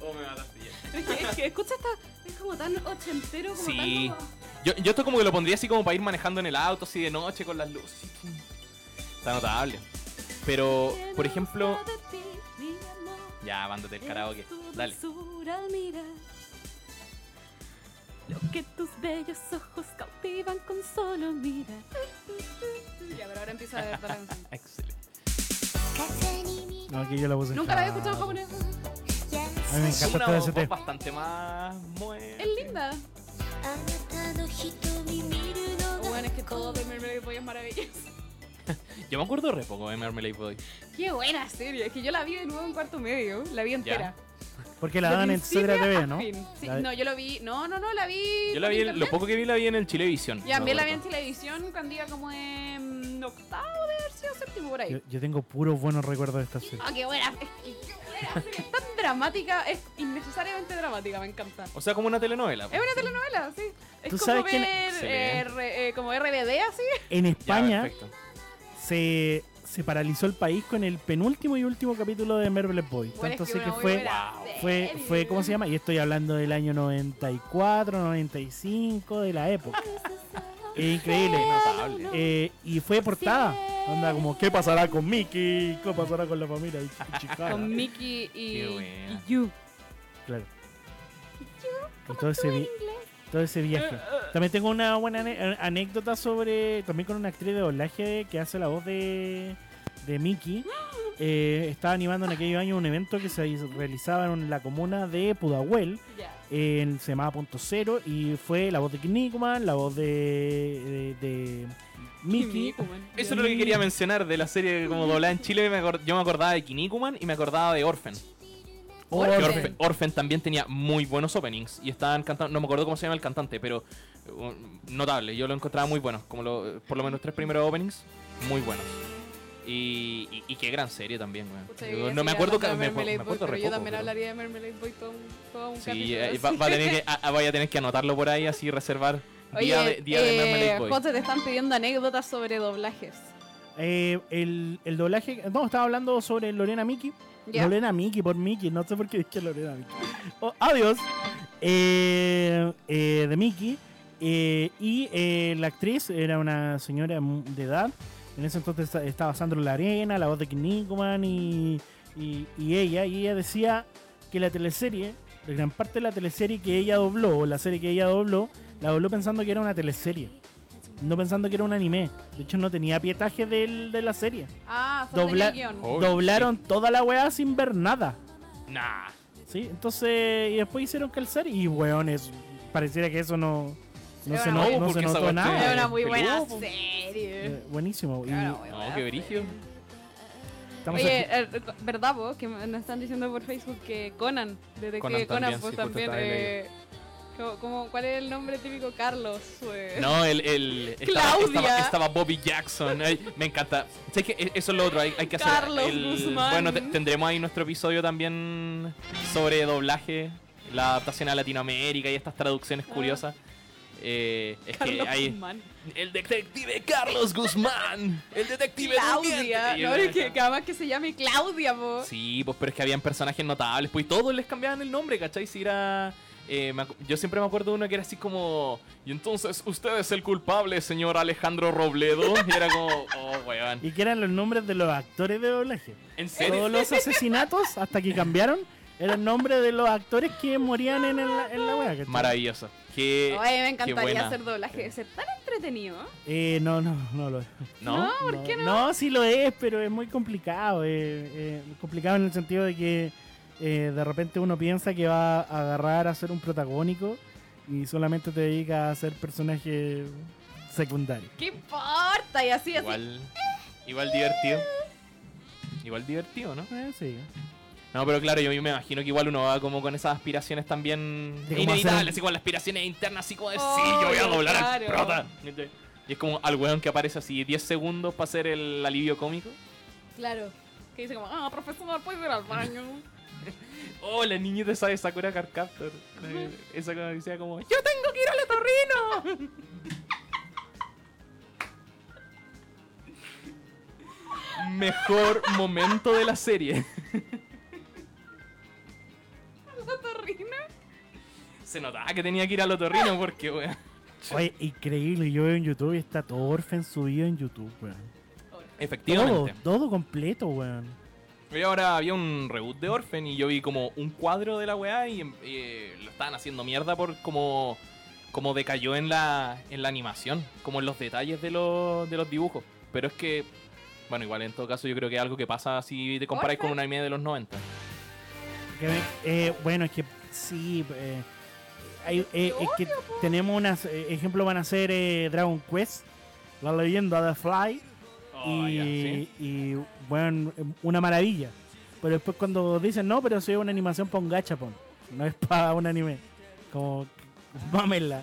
Speaker 1: oh, me mataste ya.
Speaker 2: Es que, es que escucha esta... Es como tan ochentero, como
Speaker 1: Sí.
Speaker 2: tan... como-
Speaker 1: Yo, yo esto como que lo pondría así como para ir manejando en el auto, así de noche con las luces. Está notable. Pero, por ejemplo. Ya, mándate el karaoke. Dale.
Speaker 2: Lo que tus bellos ojos cautivan con solo mira. Ya, pero ahora empieza a ver la canción.
Speaker 1: Excelente.
Speaker 4: 風に見
Speaker 3: No, aquí yo la puse en
Speaker 2: Nunca la había
Speaker 3: japonés.
Speaker 2: escuchado en japonés.
Speaker 3: あ
Speaker 4: 優
Speaker 3: め
Speaker 4: しい
Speaker 3: か
Speaker 1: Es
Speaker 3: っこ
Speaker 1: una
Speaker 3: todo
Speaker 1: voz
Speaker 3: ese tema.
Speaker 1: bastante más mueve.
Speaker 2: Es linda.
Speaker 4: あなたの瞳見るの
Speaker 2: Oh, Bueno,
Speaker 4: が
Speaker 2: es que todo de Mermelade Boy es maravilloso.
Speaker 1: Yo me acuerdo re poco de Mermelade Boy.
Speaker 2: Qué buena serie. Es que yo la vi de nuevo en cuarto medio. La vi entera.
Speaker 3: Porque la
Speaker 2: De
Speaker 3: dan en
Speaker 2: principio
Speaker 3: Cedra
Speaker 2: a
Speaker 3: TV, ¿no?
Speaker 2: fin. Sí,
Speaker 3: La-
Speaker 2: no, yo lo vi. No, no, no, la vi.
Speaker 1: Yo la
Speaker 2: por
Speaker 1: vi,
Speaker 2: internet.
Speaker 1: lo poco que vi la vi en el Chilevisión.
Speaker 2: Y también la vi
Speaker 1: me
Speaker 2: en
Speaker 1: acuerdo.
Speaker 2: televisión cuando iba como en octavo de haber sido séptimo por ahí.
Speaker 3: yo, yo tengo puros buenos recuerdos de esta serie.
Speaker 2: Ah, qué buena. Es que- qué buena. serie, Es tan dramática, es innecesariamente dramática, me encanta.
Speaker 1: O sea, como una telenovela.
Speaker 2: Es una telenovela, sí. Es
Speaker 3: ¿Tú
Speaker 2: como
Speaker 3: sabes
Speaker 2: ver
Speaker 3: quién-
Speaker 2: eh,
Speaker 1: Excelente.
Speaker 2: re- eh, como RBD así.
Speaker 3: En
Speaker 1: Ya,
Speaker 3: España
Speaker 1: perfecto.
Speaker 3: se, se paralizó el país con el penúltimo y último capítulo de Merble
Speaker 2: Bueno,
Speaker 3: Boy.
Speaker 2: es
Speaker 3: Tanto así que
Speaker 2: una muy
Speaker 3: fue,
Speaker 2: buena
Speaker 3: fue,
Speaker 2: serie.
Speaker 3: fue, ¿cómo se llama? Y estoy hablando del año 94, 95, de la época. Es increíble.
Speaker 1: Notable.
Speaker 3: Eh, y fue portada. Onda como, ¿qué pasará con Mickey? ¿Qué pasará con la familia? Y- y Chicago?
Speaker 2: Con Mickey y,
Speaker 1: Qué buena.
Speaker 2: y Yu.
Speaker 3: Claro. Y todo ese, vi- todo ese viaje. También tengo una buena ane- a- anécdota sobre. También con una actriz de doblaje que hace la voz de, de Mickey. Eh, estaba animando en aquellos años un evento que se realizaba en la comuna de Pudahuel.
Speaker 2: Ya.
Speaker 3: en- se llamaba Punto Cero. Y fue la voz de Kinnikuman, la voz de, de, de Mickey.
Speaker 2: Kinnikuman.
Speaker 1: Eso es lo que quería mencionar de la serie como doblada en Chile. me acor- Yo me acordaba de Kinnikuman y me acordaba de Orphan. Que
Speaker 2: Orphan.
Speaker 1: Orphan, Orphan también tenía muy buenos openings y estaban cantando, no me acuerdo cómo se llama el cantante, pero eh, un- notable, yo lo encontraba muy bueno, como lo- por lo menos los tres primeros openings, muy buenos. Y, y- y qué gran serie también, weón. Yo
Speaker 2: Pucha, quería
Speaker 1: No me
Speaker 2: seguir
Speaker 1: acuerdo, ca-
Speaker 2: hablando
Speaker 1: me,
Speaker 2: de
Speaker 1: acu-
Speaker 2: Mermelade
Speaker 1: me
Speaker 2: Boy,
Speaker 1: acuerdo re
Speaker 2: pero yo
Speaker 1: poco,
Speaker 2: también
Speaker 1: pero-
Speaker 2: hablaría de Mermelade Boy todo un, todo un
Speaker 1: Sí,
Speaker 2: capítulo.
Speaker 1: eh, va, va a tener que, ah, ah, vaya a tener que anotarlo por ahí, así reservar día, de, día de Mermelade Boy.
Speaker 2: eh, José, te están pidiendo anécdotas sobre doblajes.
Speaker 3: Eh, el, el doblaje. No, estaba hablando sobre Lorena Mickey.
Speaker 2: Ya.
Speaker 3: Lorena Miki por Miki, no sé por qué dije Lorena Miki. Oh, adiós. Eh, eh, de Miki. Eh, y eh, la actriz era una señora mu- de edad. En ese entonces esta- estaba Sandro Larena, la voz de Kinnikuman y, y, y ella. Y ella decía que la teleserie, la gran parte de la teleserie que ella dobló, o la serie que ella dobló, la dobló pensando que era una teleserie. No pensando que era un anime. De hecho, no tenía pietaje del- de la serie.
Speaker 2: Ah, solo tenía
Speaker 3: Dobla-
Speaker 2: el guión.
Speaker 1: Oh,
Speaker 3: Doblaron toda la weá sin ver nada.
Speaker 1: Nah.
Speaker 3: Sí, entonces, y después hicieron calzar y weones, pareciera que eso no, no
Speaker 2: Era
Speaker 3: se,
Speaker 2: una
Speaker 3: no-
Speaker 1: buena-
Speaker 3: no se
Speaker 1: porque esa
Speaker 3: notó
Speaker 1: cuestión-
Speaker 2: Ah, Es
Speaker 3: nada.
Speaker 2: una muy buena
Speaker 1: Peludo, po.
Speaker 2: serie.
Speaker 3: Eh, buenísimo. Y
Speaker 2: Era muy
Speaker 1: No,
Speaker 2: buena
Speaker 1: qué
Speaker 2: serie.
Speaker 1: brillo.
Speaker 3: estamos
Speaker 2: Oye,
Speaker 3: aquí-
Speaker 2: eh, ¿verdad vos? Que me nos están diciendo por Facebook que Conan, desde
Speaker 1: Conan
Speaker 2: que Conan
Speaker 1: también,
Speaker 2: pues
Speaker 1: sí, justo
Speaker 2: también...
Speaker 1: estaba ahí
Speaker 2: eh, como- como- ¿Cuál es el nombre típico? Carlos. eh.
Speaker 1: No, el, el estaba,
Speaker 2: Claudia.
Speaker 1: estaba- estaba Bobby Jackson. Ay, me encanta. Sé que e- eso es lo otro. Hay, hay que hacer.
Speaker 2: Carlos
Speaker 1: el-
Speaker 2: Guzmán.
Speaker 1: Bueno, te- tendremos ahí nuestro episodio también sobre doblaje, la adaptación a Latinoamérica y estas traducciones
Speaker 2: Ah.
Speaker 1: curiosas. Eh, es
Speaker 2: Carlos
Speaker 1: que hay
Speaker 2: Guzmán.
Speaker 1: el detective Carlos Guzmán, el detective
Speaker 2: Claudia.
Speaker 1: durmiente. Y
Speaker 2: No,
Speaker 1: una-
Speaker 2: es que, que además que se llame Claudia, po.
Speaker 1: Sí, pues, pero es que habían personajes notables, pues, y todos les cambiaban el nombre, ¿cachai? Si era... eh, me acu- yo siempre me acuerdo de uno que era así como... Y entonces, usted es el culpable, señor Alejandro Robledo. Y era como... Oh, weón.
Speaker 3: Y que eran los nombres de los actores de doblaje.
Speaker 1: ¿En serio?
Speaker 3: Todos los asesinatos, hasta que cambiaron, eran nombres de los actores que morían en, el- en la wea. ¿cachai?
Speaker 1: Maravilloso. Qué...
Speaker 2: Oye, me
Speaker 1: qué
Speaker 2: encantaría
Speaker 1: buena.
Speaker 2: hacer doblaje, de ser tan entretenido.
Speaker 3: Eh, no, no, no lo es.
Speaker 1: ¿No?
Speaker 2: No, ¿por qué no?
Speaker 3: No, sí lo es, pero es muy complicado. eh, eh, complicado en el sentido de que eh, de repente uno piensa que va a agarrar a ser un protagónico y solamente te dedica a ser personaje secundario.
Speaker 2: ¿Qué importa? Y así, así.
Speaker 1: Igual... Igual divertido. Igual divertido, ¿no?
Speaker 3: Eh, sí.
Speaker 1: No, pero claro, yo me imagino que igual uno va como con esas aspiraciones también
Speaker 3: De cómo
Speaker 1: inevitables,
Speaker 3: hacer-
Speaker 1: igual las aspiraciones internas, así como de
Speaker 2: Oh,
Speaker 1: sí, yo voy a
Speaker 2: claro.
Speaker 1: doblar al prota. Y es como al weón que aparece así 10 segundos para hacer el alivio cómico.
Speaker 2: Claro. Que dice como, ah, profesor, puedes ir al baño.
Speaker 1: Oh, la niñita sabe Sakura Card Captor. Eh, Esa que decía como, yo tengo que ir al otorrino. Mejor momento de la serie.
Speaker 2: ¿La torrina?
Speaker 1: Se notaba que tenía que ir al otorrino porque, weón.
Speaker 3: Oye, increíble. Yo veo en YouTube y está todo Orphan subido en YouTube, weón. Todo,
Speaker 1: Efectivamente.
Speaker 3: todo completo, weón.
Speaker 1: Y ahora había un reboot de Orphan y yo vi como un cuadro de la weá y, eh, lo estaban haciendo mierda por como, como decayó en la, en la animación, como en los detalles de los, de los dibujos. Pero es que, bueno, igual en todo caso yo creo que es algo que pasa si te comparáis con
Speaker 2: Orphan.
Speaker 1: una anime de los 90.
Speaker 3: Que me- eh, bueno, es que sí. eh, hay- eh, es que tenemos unas. eh, ejemplo, van a ser eh, Dragon Quest, La leyenda de Fly.
Speaker 1: Oh,
Speaker 3: y, y, bueno, una maravilla. Pero después cuando dicen, no, pero soy una animación para un gachapon. No es para un anime. Como, mámenla.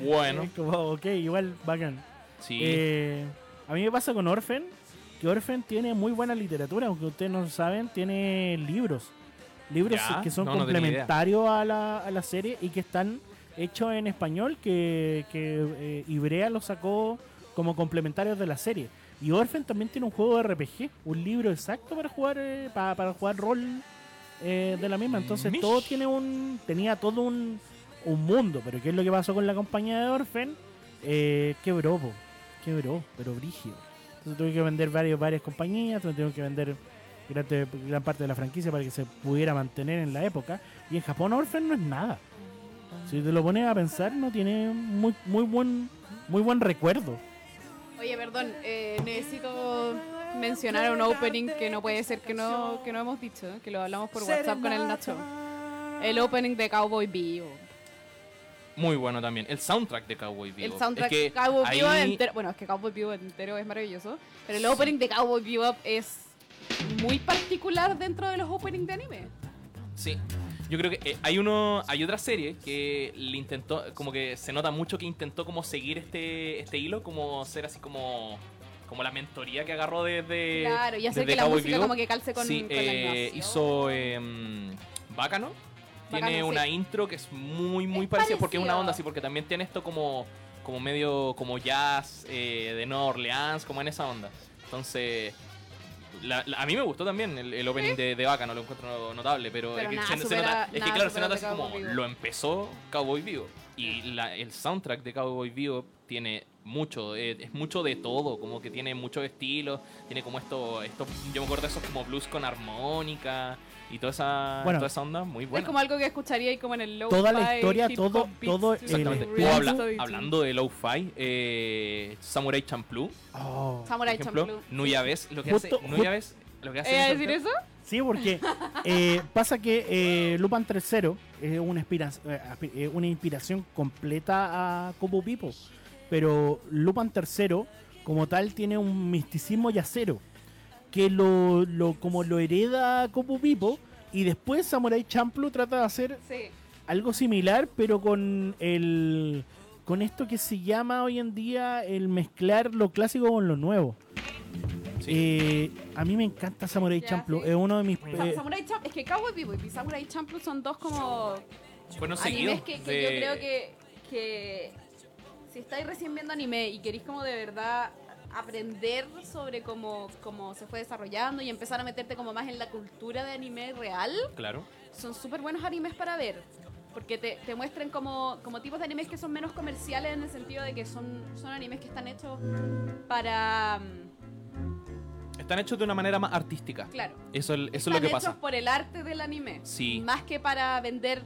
Speaker 1: Bueno,
Speaker 3: Es como, ok, igual, bacán.
Speaker 1: sí.
Speaker 3: Eh, a mí me pasa con Orphan, que Orphan tiene muy buena literatura, aunque ustedes no lo saben, tiene libros. Libros
Speaker 1: Ya,
Speaker 3: que son
Speaker 1: no, no tenía
Speaker 3: complementarios a la, a la serie y que están hechos en español, que, que eh, Ibrea los sacó como complementarios de la serie. Y Orphan también tiene un juego de RPG, un libro exacto para jugar eh, pa- para jugar rol eh, de la misma. Entonces
Speaker 1: Mish.
Speaker 3: todo tiene un tenía todo un, un mundo, pero ¿qué es lo que pasó con la compañía de Orphan? Eh, quebró, po. quebró, pero brígido. Entonces tuve que vender varios, varias compañías, tuve que vender gran, te- gran parte de la franquicia para que se pudiera mantener en la época. Y en Japón Orphan no es nada. Si te lo pones a pensar, no tiene muy, muy buen muy buen recuerdo.
Speaker 2: Oye, perdón, eh, necesito mencionar un opening que no puede ser que no, que no hemos dicho, que lo hablamos por WhatsApp con el Nacho. El opening de Cowboy Vivo.
Speaker 1: Muy bueno también. El soundtrack de Cowboy Vivo.
Speaker 2: El soundtrack de
Speaker 1: es que
Speaker 2: Cowboy
Speaker 1: ahí-
Speaker 2: Vivo entero. Bueno, es que Cowboy Vivo entero es maravilloso. Pero el opening de Cowboy Vivo es muy particular dentro de los openings de anime.
Speaker 1: Sí. Yo creo que eh, hay uno, hay otra serie que le intentó, como que se nota mucho que intentó como seguir este, este hilo, como ser así como, como la mentoría que agarró desde.
Speaker 2: claro, y hacer
Speaker 1: Eh, desde
Speaker 2: que la
Speaker 1: Cowboy
Speaker 2: música
Speaker 1: Bebop.
Speaker 2: como que calce con,
Speaker 1: sí,
Speaker 2: con la
Speaker 1: eh,
Speaker 2: animación.
Speaker 1: hizo em, Bacano. Tiene
Speaker 2: Bacano, sí.
Speaker 1: una intro que es muy, muy
Speaker 2: Es
Speaker 1: parecida, porque es una
Speaker 2: parecido.
Speaker 1: onda así, porque también tiene esto como, como medio, como jazz eh, de Nueva Orleans, como en esa onda. Entonces, la- la- a mí me gustó también el, el opening de, de Vaca, no lo encuentro notable, pero, es
Speaker 2: Pero
Speaker 1: que
Speaker 2: nada
Speaker 1: se- se
Speaker 2: supera-
Speaker 1: nota- es que
Speaker 2: nada
Speaker 1: claro, se
Speaker 2: supera
Speaker 1: nota
Speaker 2: el
Speaker 1: así
Speaker 2: de
Speaker 1: como
Speaker 2: Cowboy Bebop.
Speaker 1: lo empezó Cowboy Vivo. Y la- el soundtrack de Cowboy Vivo tiene mucho, eh, es mucho de todo, como que tiene muchos estilos, tiene como esto, esto yo me acuerdo de esos como blues con armónica y toda esa,
Speaker 3: Bueno.
Speaker 1: toda esa onda muy
Speaker 2: Es
Speaker 1: buena.
Speaker 2: como algo que escucharía y como en el low
Speaker 3: Toda la historia, todo- todo el-
Speaker 1: Exactamente.
Speaker 3: El
Speaker 1: O habla-
Speaker 3: espíritu-
Speaker 1: hablando de lo-fi, eh, Samurai Champloo,
Speaker 3: Oh.
Speaker 1: por
Speaker 2: Samurai
Speaker 1: ejemplo,
Speaker 2: Champloo.
Speaker 1: Nuyaves, lo que
Speaker 3: Justo-
Speaker 1: hace, Nuyaves, lo que hace
Speaker 2: ¿Eh, a
Speaker 1: en
Speaker 2: decir
Speaker 1: ese-
Speaker 2: eso?
Speaker 3: Sí, porque eh, pasa que eh, Lupin III es una, inspira- eh, aspi- eh, una inspiración completa a Cobo Pipo. Pero Lupin III, como tal, tiene un misticismo yacero. Que lo, lo- como lo hereda Cobo Pipo. Y después Samurai Champloo trata de hacer
Speaker 2: Sí.
Speaker 3: algo similar, pero con el con esto que se llama hoy en día el mezclar lo clásico con lo nuevo.
Speaker 1: Sí.
Speaker 3: Eh, a mí me encanta Samurai
Speaker 2: Ya,
Speaker 3: Champloo,
Speaker 2: sí.
Speaker 3: es uno de mis
Speaker 2: Sa-
Speaker 3: eh,
Speaker 2: Samurai Champloo, es que Cowboy Bebop y Samurai Champloo son dos como
Speaker 1: Bueno,
Speaker 2: animes
Speaker 1: seguido
Speaker 2: que, que
Speaker 1: de-
Speaker 2: yo creo que, que si estáis recién viendo anime y queréis como de verdad aprender sobre cómo, cómo se fue desarrollando y empezar a meterte como más en la cultura de anime real,
Speaker 1: Claro.
Speaker 2: son súper buenos animes para ver. Porque te, te muestran como, como tipos de animes que son menos comerciales en el sentido de que son, son animes que están hechos para... mm,
Speaker 1: Están hechos de una manera más artística.
Speaker 2: Claro.
Speaker 1: Eso, es- eso
Speaker 2: están
Speaker 1: es lo que
Speaker 2: hechos
Speaker 1: pasa.
Speaker 2: por el arte del anime.
Speaker 1: Sí.
Speaker 2: Más que para vender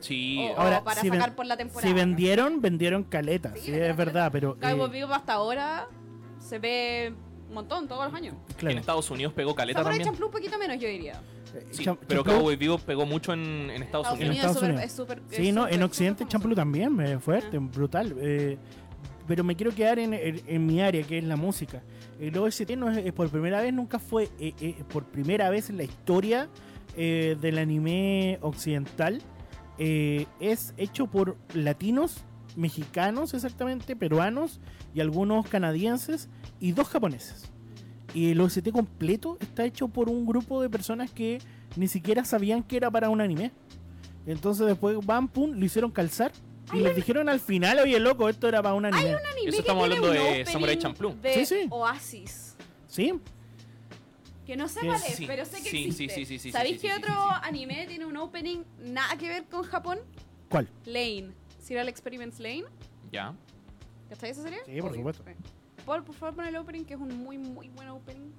Speaker 1: Sí.
Speaker 2: o-
Speaker 3: Ahora,
Speaker 2: o para
Speaker 3: si ven-
Speaker 2: sacar por la temporada.
Speaker 3: Si vendieron, vendieron caleta,
Speaker 2: Sí,
Speaker 3: sí, es
Speaker 2: vendieron
Speaker 3: verdad, pero
Speaker 2: Cowboy
Speaker 3: eh,
Speaker 2: Bebop hasta ahora se ve un montón todos los años.
Speaker 1: En
Speaker 3: claro. Eh,
Speaker 1: Estados Unidos pegó caleta
Speaker 2: Samurai
Speaker 1: también.
Speaker 2: Champloo un poquito menos, yo diría.
Speaker 1: Sí,
Speaker 3: Cham-
Speaker 1: pero
Speaker 3: Champloo-
Speaker 1: Cowboy Vivo pegó mucho en, en Estados
Speaker 2: Estados
Speaker 1: Unidos.
Speaker 2: Unidos es
Speaker 3: Estados
Speaker 2: súper-
Speaker 3: Unidos.
Speaker 2: es súper... es
Speaker 3: Sí, no,
Speaker 2: súper,
Speaker 3: en
Speaker 2: súper
Speaker 3: Occidente
Speaker 2: famoso.
Speaker 3: Champloo también, eh, fuerte, brutal. eh, pero me quiero quedar en, en- en mi área, que es la música. El OST no es, es por primera vez, nunca fue eh, eh, por primera vez en la historia eh, del anime occidental eh, es hecho por latinos, mexicanos exactamente, peruanos y algunos canadienses y dos japoneses. Y el OST completo está hecho por un grupo de personas que ni siquiera sabían que era para un anime. Entonces después van, pum, lo hicieron calzar y les dijeron al final, oye loco, esto era para un anime.
Speaker 2: anime
Speaker 1: Eso
Speaker 2: que
Speaker 1: estamos
Speaker 2: tiene
Speaker 1: hablando
Speaker 2: un
Speaker 1: de
Speaker 2: opening
Speaker 1: Samurai Champloo.
Speaker 2: de
Speaker 3: Sí, sí.
Speaker 2: Oasis.
Speaker 3: Sí,
Speaker 2: Que no sé
Speaker 3: Sí,
Speaker 2: cuál es,
Speaker 1: sí,
Speaker 2: pero sé que
Speaker 1: sí,
Speaker 2: existe.
Speaker 1: sí, sí, sí, sí,
Speaker 2: ¿Sabéis
Speaker 1: sí,
Speaker 2: qué
Speaker 1: sí,
Speaker 2: otro
Speaker 1: sí, sí.
Speaker 2: anime tiene un opening nada que ver con Japón?
Speaker 3: ¿cuál?
Speaker 2: Lane. Serial Experiments Lane.
Speaker 1: Ya.
Speaker 2: ¿Cachai esa serie?
Speaker 3: Sí, por supuesto.
Speaker 2: Paul, por favor, pon el opening, que es un muy, muy buen opening.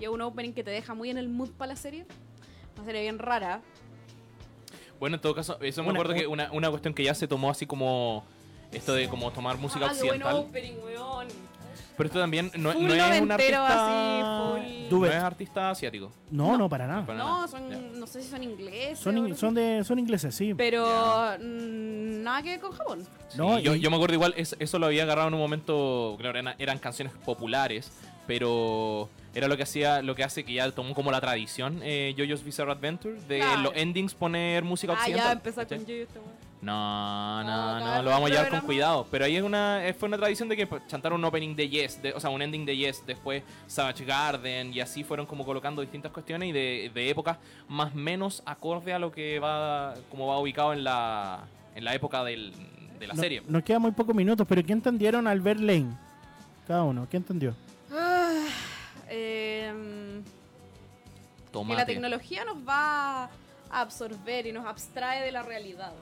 Speaker 2: Y es un opening que te deja muy en el mood para la serie. Una serie bien rara.
Speaker 1: Bueno, en todo caso, eso me
Speaker 3: Una-
Speaker 1: acuerdo que una, una cuestión que ya se tomó así como esto de como tomar música
Speaker 2: ah, qué buen
Speaker 1: occidental.
Speaker 2: opening, weón.
Speaker 1: Pero esto también no,
Speaker 2: Full
Speaker 1: no es un
Speaker 2: noventero,
Speaker 1: artista.
Speaker 2: así, full-
Speaker 1: No
Speaker 3: Duvet.
Speaker 1: es artista asiático.
Speaker 3: No, no, para nada.
Speaker 1: Para
Speaker 2: No,
Speaker 1: nada.
Speaker 2: son,
Speaker 1: Ya.
Speaker 2: no sé si son ingleses.
Speaker 3: Son,
Speaker 2: o
Speaker 3: in-
Speaker 2: algo
Speaker 3: son,
Speaker 2: así.
Speaker 3: de, son ingleses, sí.
Speaker 2: Pero
Speaker 1: Ya.
Speaker 2: mm, nada que ver con Japón.
Speaker 1: Sí,
Speaker 3: No,
Speaker 1: yo,
Speaker 3: y-
Speaker 1: yo me acuerdo igual, es- eso lo había agarrado en un momento, claro, eran, eran canciones populares, pero era lo que hacía, lo que hace que ya tomó como la tradición eh, JoJo's Bizarre Adventure, de
Speaker 2: Claro.
Speaker 1: en los endings poner música
Speaker 2: Ah,
Speaker 1: occidental.
Speaker 2: ya empezó
Speaker 1: ¿cachai?
Speaker 2: con yo y esta weón.
Speaker 1: No,
Speaker 2: No,
Speaker 1: no,
Speaker 2: cada
Speaker 1: no, lo vamos a llevar con
Speaker 2: programa.
Speaker 1: cuidado. Pero ahí es una, eh, fue una tradición de que pues, chantaron un opening de Yes, de- o sea, un ending de Yes, después Savage Garden, y así fueron como colocando distintas cuestiones y de, de épocas más menos acorde a lo que va, como va ubicado en la, en la época del- de la
Speaker 3: No-
Speaker 1: serie.
Speaker 3: Nos quedan muy pocos minutos, pero ¿qué entendieron al ver Lane? Cada uno, ¿qué entendió?
Speaker 2: Ah, em, que la
Speaker 1: Tomate.
Speaker 2: tecnología nos va a absorber y nos abstrae de la realidad.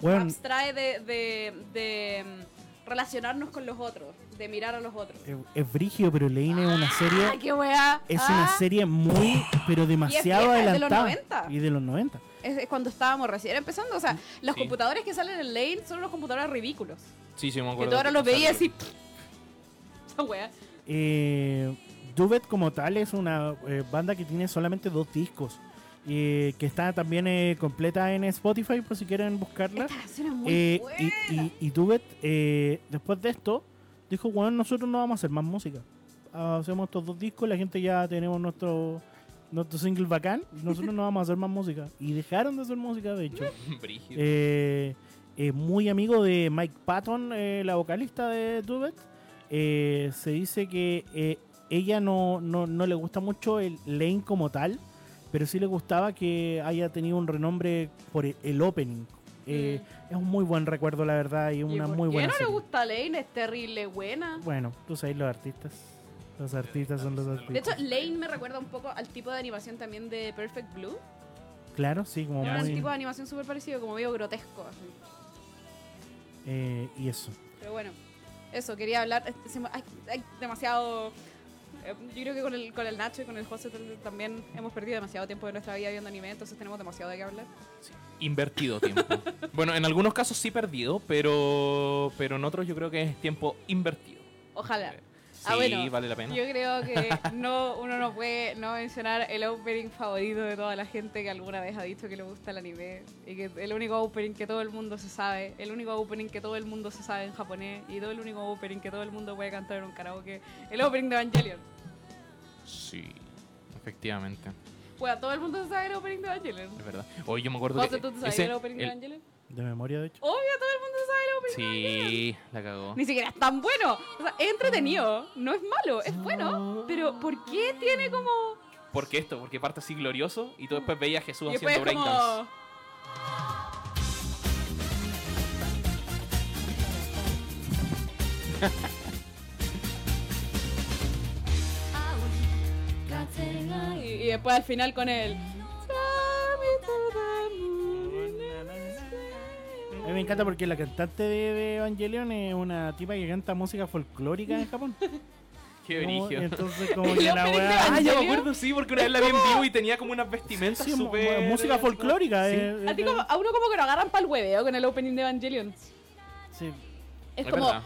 Speaker 3: Bueno,
Speaker 2: abstrae de, de- de, mm, relacionarnos con los otros, de mirar a los otros.
Speaker 3: es, es brígido, pero Lane es una
Speaker 2: ¡Ah,
Speaker 3: serie.
Speaker 2: qué weá!
Speaker 3: Eh, Es
Speaker 2: Ah,
Speaker 3: una serie muy, pero demasiado
Speaker 2: vieja, es de los
Speaker 3: adelantada.
Speaker 2: 90.
Speaker 3: Y de los 90.
Speaker 2: Es, es cuando estábamos recién empezando. O sea, los
Speaker 1: Sí.
Speaker 2: computadores que salen en Lane son unos computadores ridículos.
Speaker 1: Sí, sí, me
Speaker 2: Que
Speaker 1: acuerdo.
Speaker 2: tú ahora
Speaker 1: de-
Speaker 2: los
Speaker 1: o sea,
Speaker 2: veías
Speaker 1: de-
Speaker 2: así. Esa weá.
Speaker 3: Eh, Duvet, como tal, es una eh, banda que tiene solamente dos discos. eh, que está también eh, completa en Spotify, por si quieren buscarla.
Speaker 2: Esta canción es muy
Speaker 3: Eh,
Speaker 2: buena.
Speaker 3: y, y, y Duvet, eh, después de esto, dijo, bueno, nosotros no vamos a hacer más música. Ah, Hacemos estos dos discos, la gente ya tenemos nuestro, nuestro single bacán, nosotros no vamos a hacer más música. Y dejaron de hacer música, de hecho.
Speaker 1: Brígido.
Speaker 3: Eh, eh, muy amigo de Mike Patton, eh, la vocalista de Duvet, eh, se dice que eh, ella no, no, no le gusta mucho el Lane como tal, pero sí le gustaba que haya tenido un renombre por el, el opening. Eh, Es un muy buen recuerdo, la verdad, y una
Speaker 2: Mm. ¿Y por
Speaker 3: muy
Speaker 2: qué
Speaker 3: buena.
Speaker 2: no le
Speaker 3: serie.
Speaker 2: gusta Lane? Es terrible buena.
Speaker 3: Bueno, tú sabes los artistas. Los artistas son los artistas.
Speaker 2: De hecho, Lane me recuerda un poco al tipo de animación también de Perfect Blue.
Speaker 3: claro, sí, como
Speaker 1: Ya,
Speaker 2: Un
Speaker 3: muy.
Speaker 2: tipo de animación súper parecido, como medio grotesco. así.
Speaker 3: eh, y eso.
Speaker 2: Pero bueno, eso, quería hablar. este, se me- Hay, hay demasiado. eh, Yo creo que con el, con el Nacho y con el José tal- también hemos perdido demasiado tiempo de nuestra vida viendo anime, entonces tenemos demasiado de qué hablar.
Speaker 1: Invertido tiempo. bueno, en algunos casos sí perdido, pero, pero en otros yo creo que es tiempo invertido. Eh,
Speaker 2: Ojalá.
Speaker 1: Sí,
Speaker 2: Ah, bueno,
Speaker 1: vale la pena.
Speaker 2: Yo creo que no, uno no puede no mencionar el opening favorito de toda la gente que alguna vez ha dicho que le gusta el anime y que el único opening que todo el mundo se sabe, el único opening que todo el mundo se sabe en japonés y todo el único opening que todo el mundo puede cantar en un karaoke, el opening de Evangelion.
Speaker 1: Sí, efectivamente.
Speaker 2: Bueno, todo el mundo se sabe el opening de Evangelion.
Speaker 1: Es verdad. Oye, yo me acuerdo
Speaker 2: José,
Speaker 1: que.
Speaker 2: ¿tú te sabías
Speaker 1: ese-
Speaker 2: el opening de
Speaker 1: el-
Speaker 2: Evangelion?
Speaker 3: De memoria, de hecho.
Speaker 2: Obvio, todo el mundo sabe el opening.
Speaker 1: Sí, la cagó.
Speaker 2: Ni siquiera es tan bueno. O sea, es entretenido, no es malo, es bueno. Pero ¿por qué tiene como...
Speaker 1: ¿Por qué esto? Porque parte así glorioso y tú después veías a Jesús
Speaker 2: y después
Speaker 1: haciendo
Speaker 2: es como...
Speaker 1: breakdance.
Speaker 2: Y, y después al final con el...
Speaker 3: A mí me encanta porque la cantante de, de Evangelion es una tipa que canta música folclórica en Japón.
Speaker 1: Qué
Speaker 3: Como-
Speaker 1: brillo.
Speaker 3: Entonces, como
Speaker 2: El
Speaker 3: que la
Speaker 2: opening de
Speaker 3: weá.
Speaker 1: Ah,
Speaker 2: ¿En
Speaker 1: yo me
Speaker 2: serio?
Speaker 1: acuerdo, sí, porque una vez la vi en vivo y tenía como unas vestimentas
Speaker 3: Sí, mu-
Speaker 1: súper.
Speaker 3: mu- música folclórica. eh,
Speaker 2: A, ti como- a uno como que lo agarran para el hueveo con el opening de Evangelion.
Speaker 3: sí.
Speaker 2: Es
Speaker 1: Es
Speaker 2: como,
Speaker 1: verdad.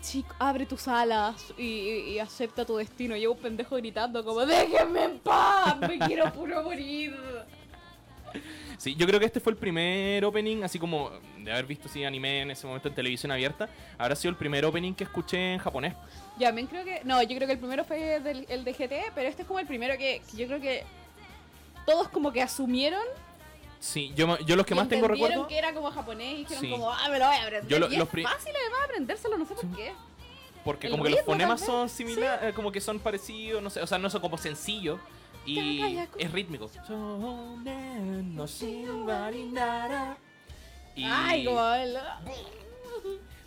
Speaker 2: chico, abre tus alas y, y- y acepta tu destino. Llevo un pendejo gritando como, déjenme en paz, me quiero puro morir.
Speaker 1: Sí, yo creo que este fue el primer opening, así como de haber visto así anime en ese momento en televisión abierta, habrá sido el primer opening que escuché en japonés.
Speaker 2: Ya, men, E, creo que, no, yo creo que el primero fue del- el de GT, pero este es como el primero que, que yo creo que todos como que asumieron
Speaker 1: Sí, yo, me- yo los que
Speaker 2: y
Speaker 1: más tengo
Speaker 2: entendieron
Speaker 1: recuerdo.
Speaker 2: que era como japonés y dijeron
Speaker 1: Sí.
Speaker 2: como, ah, me lo voy a aprender.
Speaker 1: Yo lo-
Speaker 2: Y es
Speaker 1: los pri-
Speaker 2: fácil además aprendérselo, no sé por qué.
Speaker 1: Porque
Speaker 2: El
Speaker 1: como que los
Speaker 2: ritmo, tal
Speaker 1: fonemas
Speaker 2: vez.
Speaker 1: son similares, como que son parecidos, no sé, o sea, no son como sencillos y
Speaker 2: Kakayako.
Speaker 1: es rítmico. Shonen no shinbarinara. Y
Speaker 2: Ay, como... oh, el-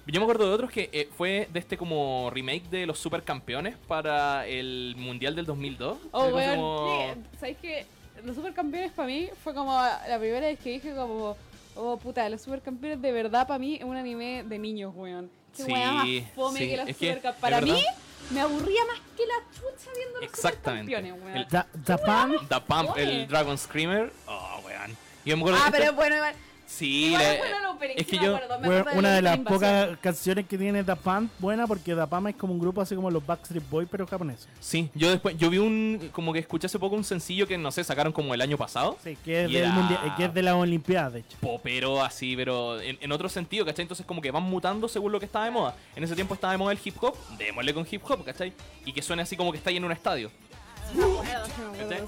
Speaker 1: yo me acuerdo de otros que eh, fue de este como remake de los supercampeones para el mundial del 2002.
Speaker 2: Oh,
Speaker 1: Era
Speaker 2: weón.
Speaker 1: como-
Speaker 2: Sí, ¿Sabes qué? Los supercampeones para mí fue como la primera vez que dije como... Oh, puta, los supercampeones de verdad para mí es un anime de niños, weón. Qué
Speaker 1: Sí,
Speaker 2: weá más fome
Speaker 1: sí,
Speaker 2: que los
Speaker 1: es que,
Speaker 2: supercampeones.
Speaker 1: de
Speaker 2: Para mí,
Speaker 1: verdad.
Speaker 2: me aburría más que la chucha viendo los
Speaker 1: Exactamente.
Speaker 2: supercampeones, weón.
Speaker 1: El-
Speaker 3: Da, Da Punk,
Speaker 1: Da Pump,
Speaker 2: Oye.
Speaker 1: el Dragon Screamer. Oh, weón. Yo me acuerdo
Speaker 2: Ah,
Speaker 1: de
Speaker 2: pero
Speaker 1: esta-
Speaker 2: bueno, igual...
Speaker 1: Sí,
Speaker 2: igual
Speaker 1: la-
Speaker 2: es bueno el opening,
Speaker 1: es que
Speaker 2: sí me
Speaker 1: yo-
Speaker 2: acuerdo, me
Speaker 3: weón,
Speaker 2: acuerdo
Speaker 3: una de las
Speaker 2: Ultra Invasión.
Speaker 3: pocas canciones que tiene Da Punk buena porque Da Punk es como un grupo así como los Backstreet Boys pero japoneses.
Speaker 1: Sí, yo después, yo vi un, como que escuché hace poco un sencillo que no sé, sacaron como el año pasado.
Speaker 3: Sí, que es,
Speaker 1: Y
Speaker 3: del
Speaker 1: era-
Speaker 3: mundial- eh, que es de las Olimpiadas, de hecho.
Speaker 1: Popero así, pero en, en otro sentido, ¿cachai? Entonces como que van mutando según lo que está de moda. En ese tiempo estaba de moda el hip hop, démosle con hip hop, ¿cachai? Y que suene así como que está ahí en un estadio. ¿Cachai?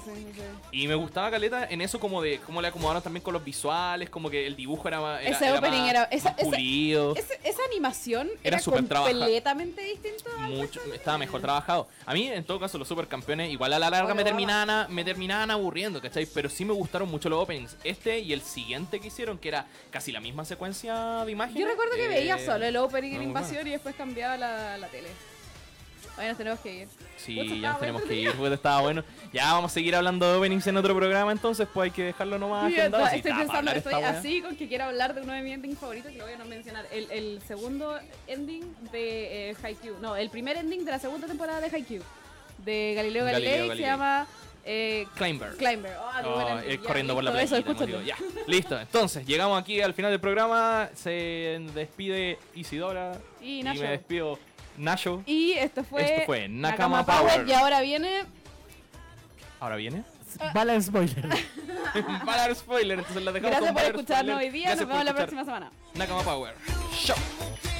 Speaker 1: Y me gustaba Caleta en eso como de cómo le acomodaron también con los visuales, como que el dibujo era más...
Speaker 2: Ese opening
Speaker 1: más-
Speaker 2: era- esa-
Speaker 1: más
Speaker 2: ese-
Speaker 1: pulido.
Speaker 2: Ese- esa animación era,
Speaker 1: Era súper trabajada.
Speaker 2: completamente distinta.
Speaker 1: mucho, estaba mejor trabajado. A mí, en todo caso, los supercampeones, igual a la larga
Speaker 2: Bueno,
Speaker 1: me
Speaker 2: vamos.
Speaker 1: terminaban, a- me terminaban aburriendo, ¿cachai? Pero sí me gustaron mucho los openings. Este y el siguiente que hicieron, que era casi la misma secuencia de imágenes.
Speaker 2: Yo recuerdo que
Speaker 1: eh,
Speaker 2: veía solo el opening en
Speaker 1: muy
Speaker 2: Invasión y después cambiaba la, la tele. Hoy nos tenemos que ir. Puta,
Speaker 1: Sí,
Speaker 2: estaba
Speaker 1: ya nos tenemos
Speaker 2: bueno.
Speaker 1: que ir, puta, estaba bueno. Ya vamos a seguir hablando de openings en otro programa, entonces, pues hay que dejarlo
Speaker 3: Ah,
Speaker 1: nomás
Speaker 2: Mierda,
Speaker 1: agendado. Sí,
Speaker 2: estoy
Speaker 1: está, para
Speaker 2: pensando,
Speaker 1: hablar
Speaker 2: estoy
Speaker 1: esta wea.
Speaker 2: así con que quiero hablar de uno de mis endings favoritos que lo voy a no mencionar. El, el segundo ending de eh, Haikyuu. No, el primer ending de la segunda temporada de Haikyuu. De Galileo Galilei,
Speaker 1: Galileo
Speaker 2: que se
Speaker 1: Galilei.
Speaker 2: llama eh,
Speaker 1: Climber.
Speaker 2: Climber. Oh, qué
Speaker 1: Oh,
Speaker 2: buen
Speaker 1: él
Speaker 2: ending. Ya,
Speaker 1: corriendo por la
Speaker 2: listo,
Speaker 1: playa.
Speaker 2: Eso, escúchalo.
Speaker 1: Ya, listo. Entonces, llegamos aquí al final del programa. Se despide Isidora.
Speaker 2: Y
Speaker 1: y
Speaker 2: Nacho.
Speaker 1: me despido Nacho.
Speaker 2: Y esto fue,
Speaker 1: Esto fue Nakama Power.
Speaker 2: Y ahora viene.
Speaker 1: Ahora viene.
Speaker 3: Balance Boiler.
Speaker 1: Para el spoiler, entonces la dejamos
Speaker 2: Gracias
Speaker 1: con
Speaker 2: por
Speaker 1: Power
Speaker 2: escucharnos
Speaker 1: Spoiler.
Speaker 2: hoy día.
Speaker 1: Gracias
Speaker 2: Nos vemos
Speaker 1: por
Speaker 2: la
Speaker 1: escuchar
Speaker 2: próxima semana.
Speaker 1: Nakama Power. Show.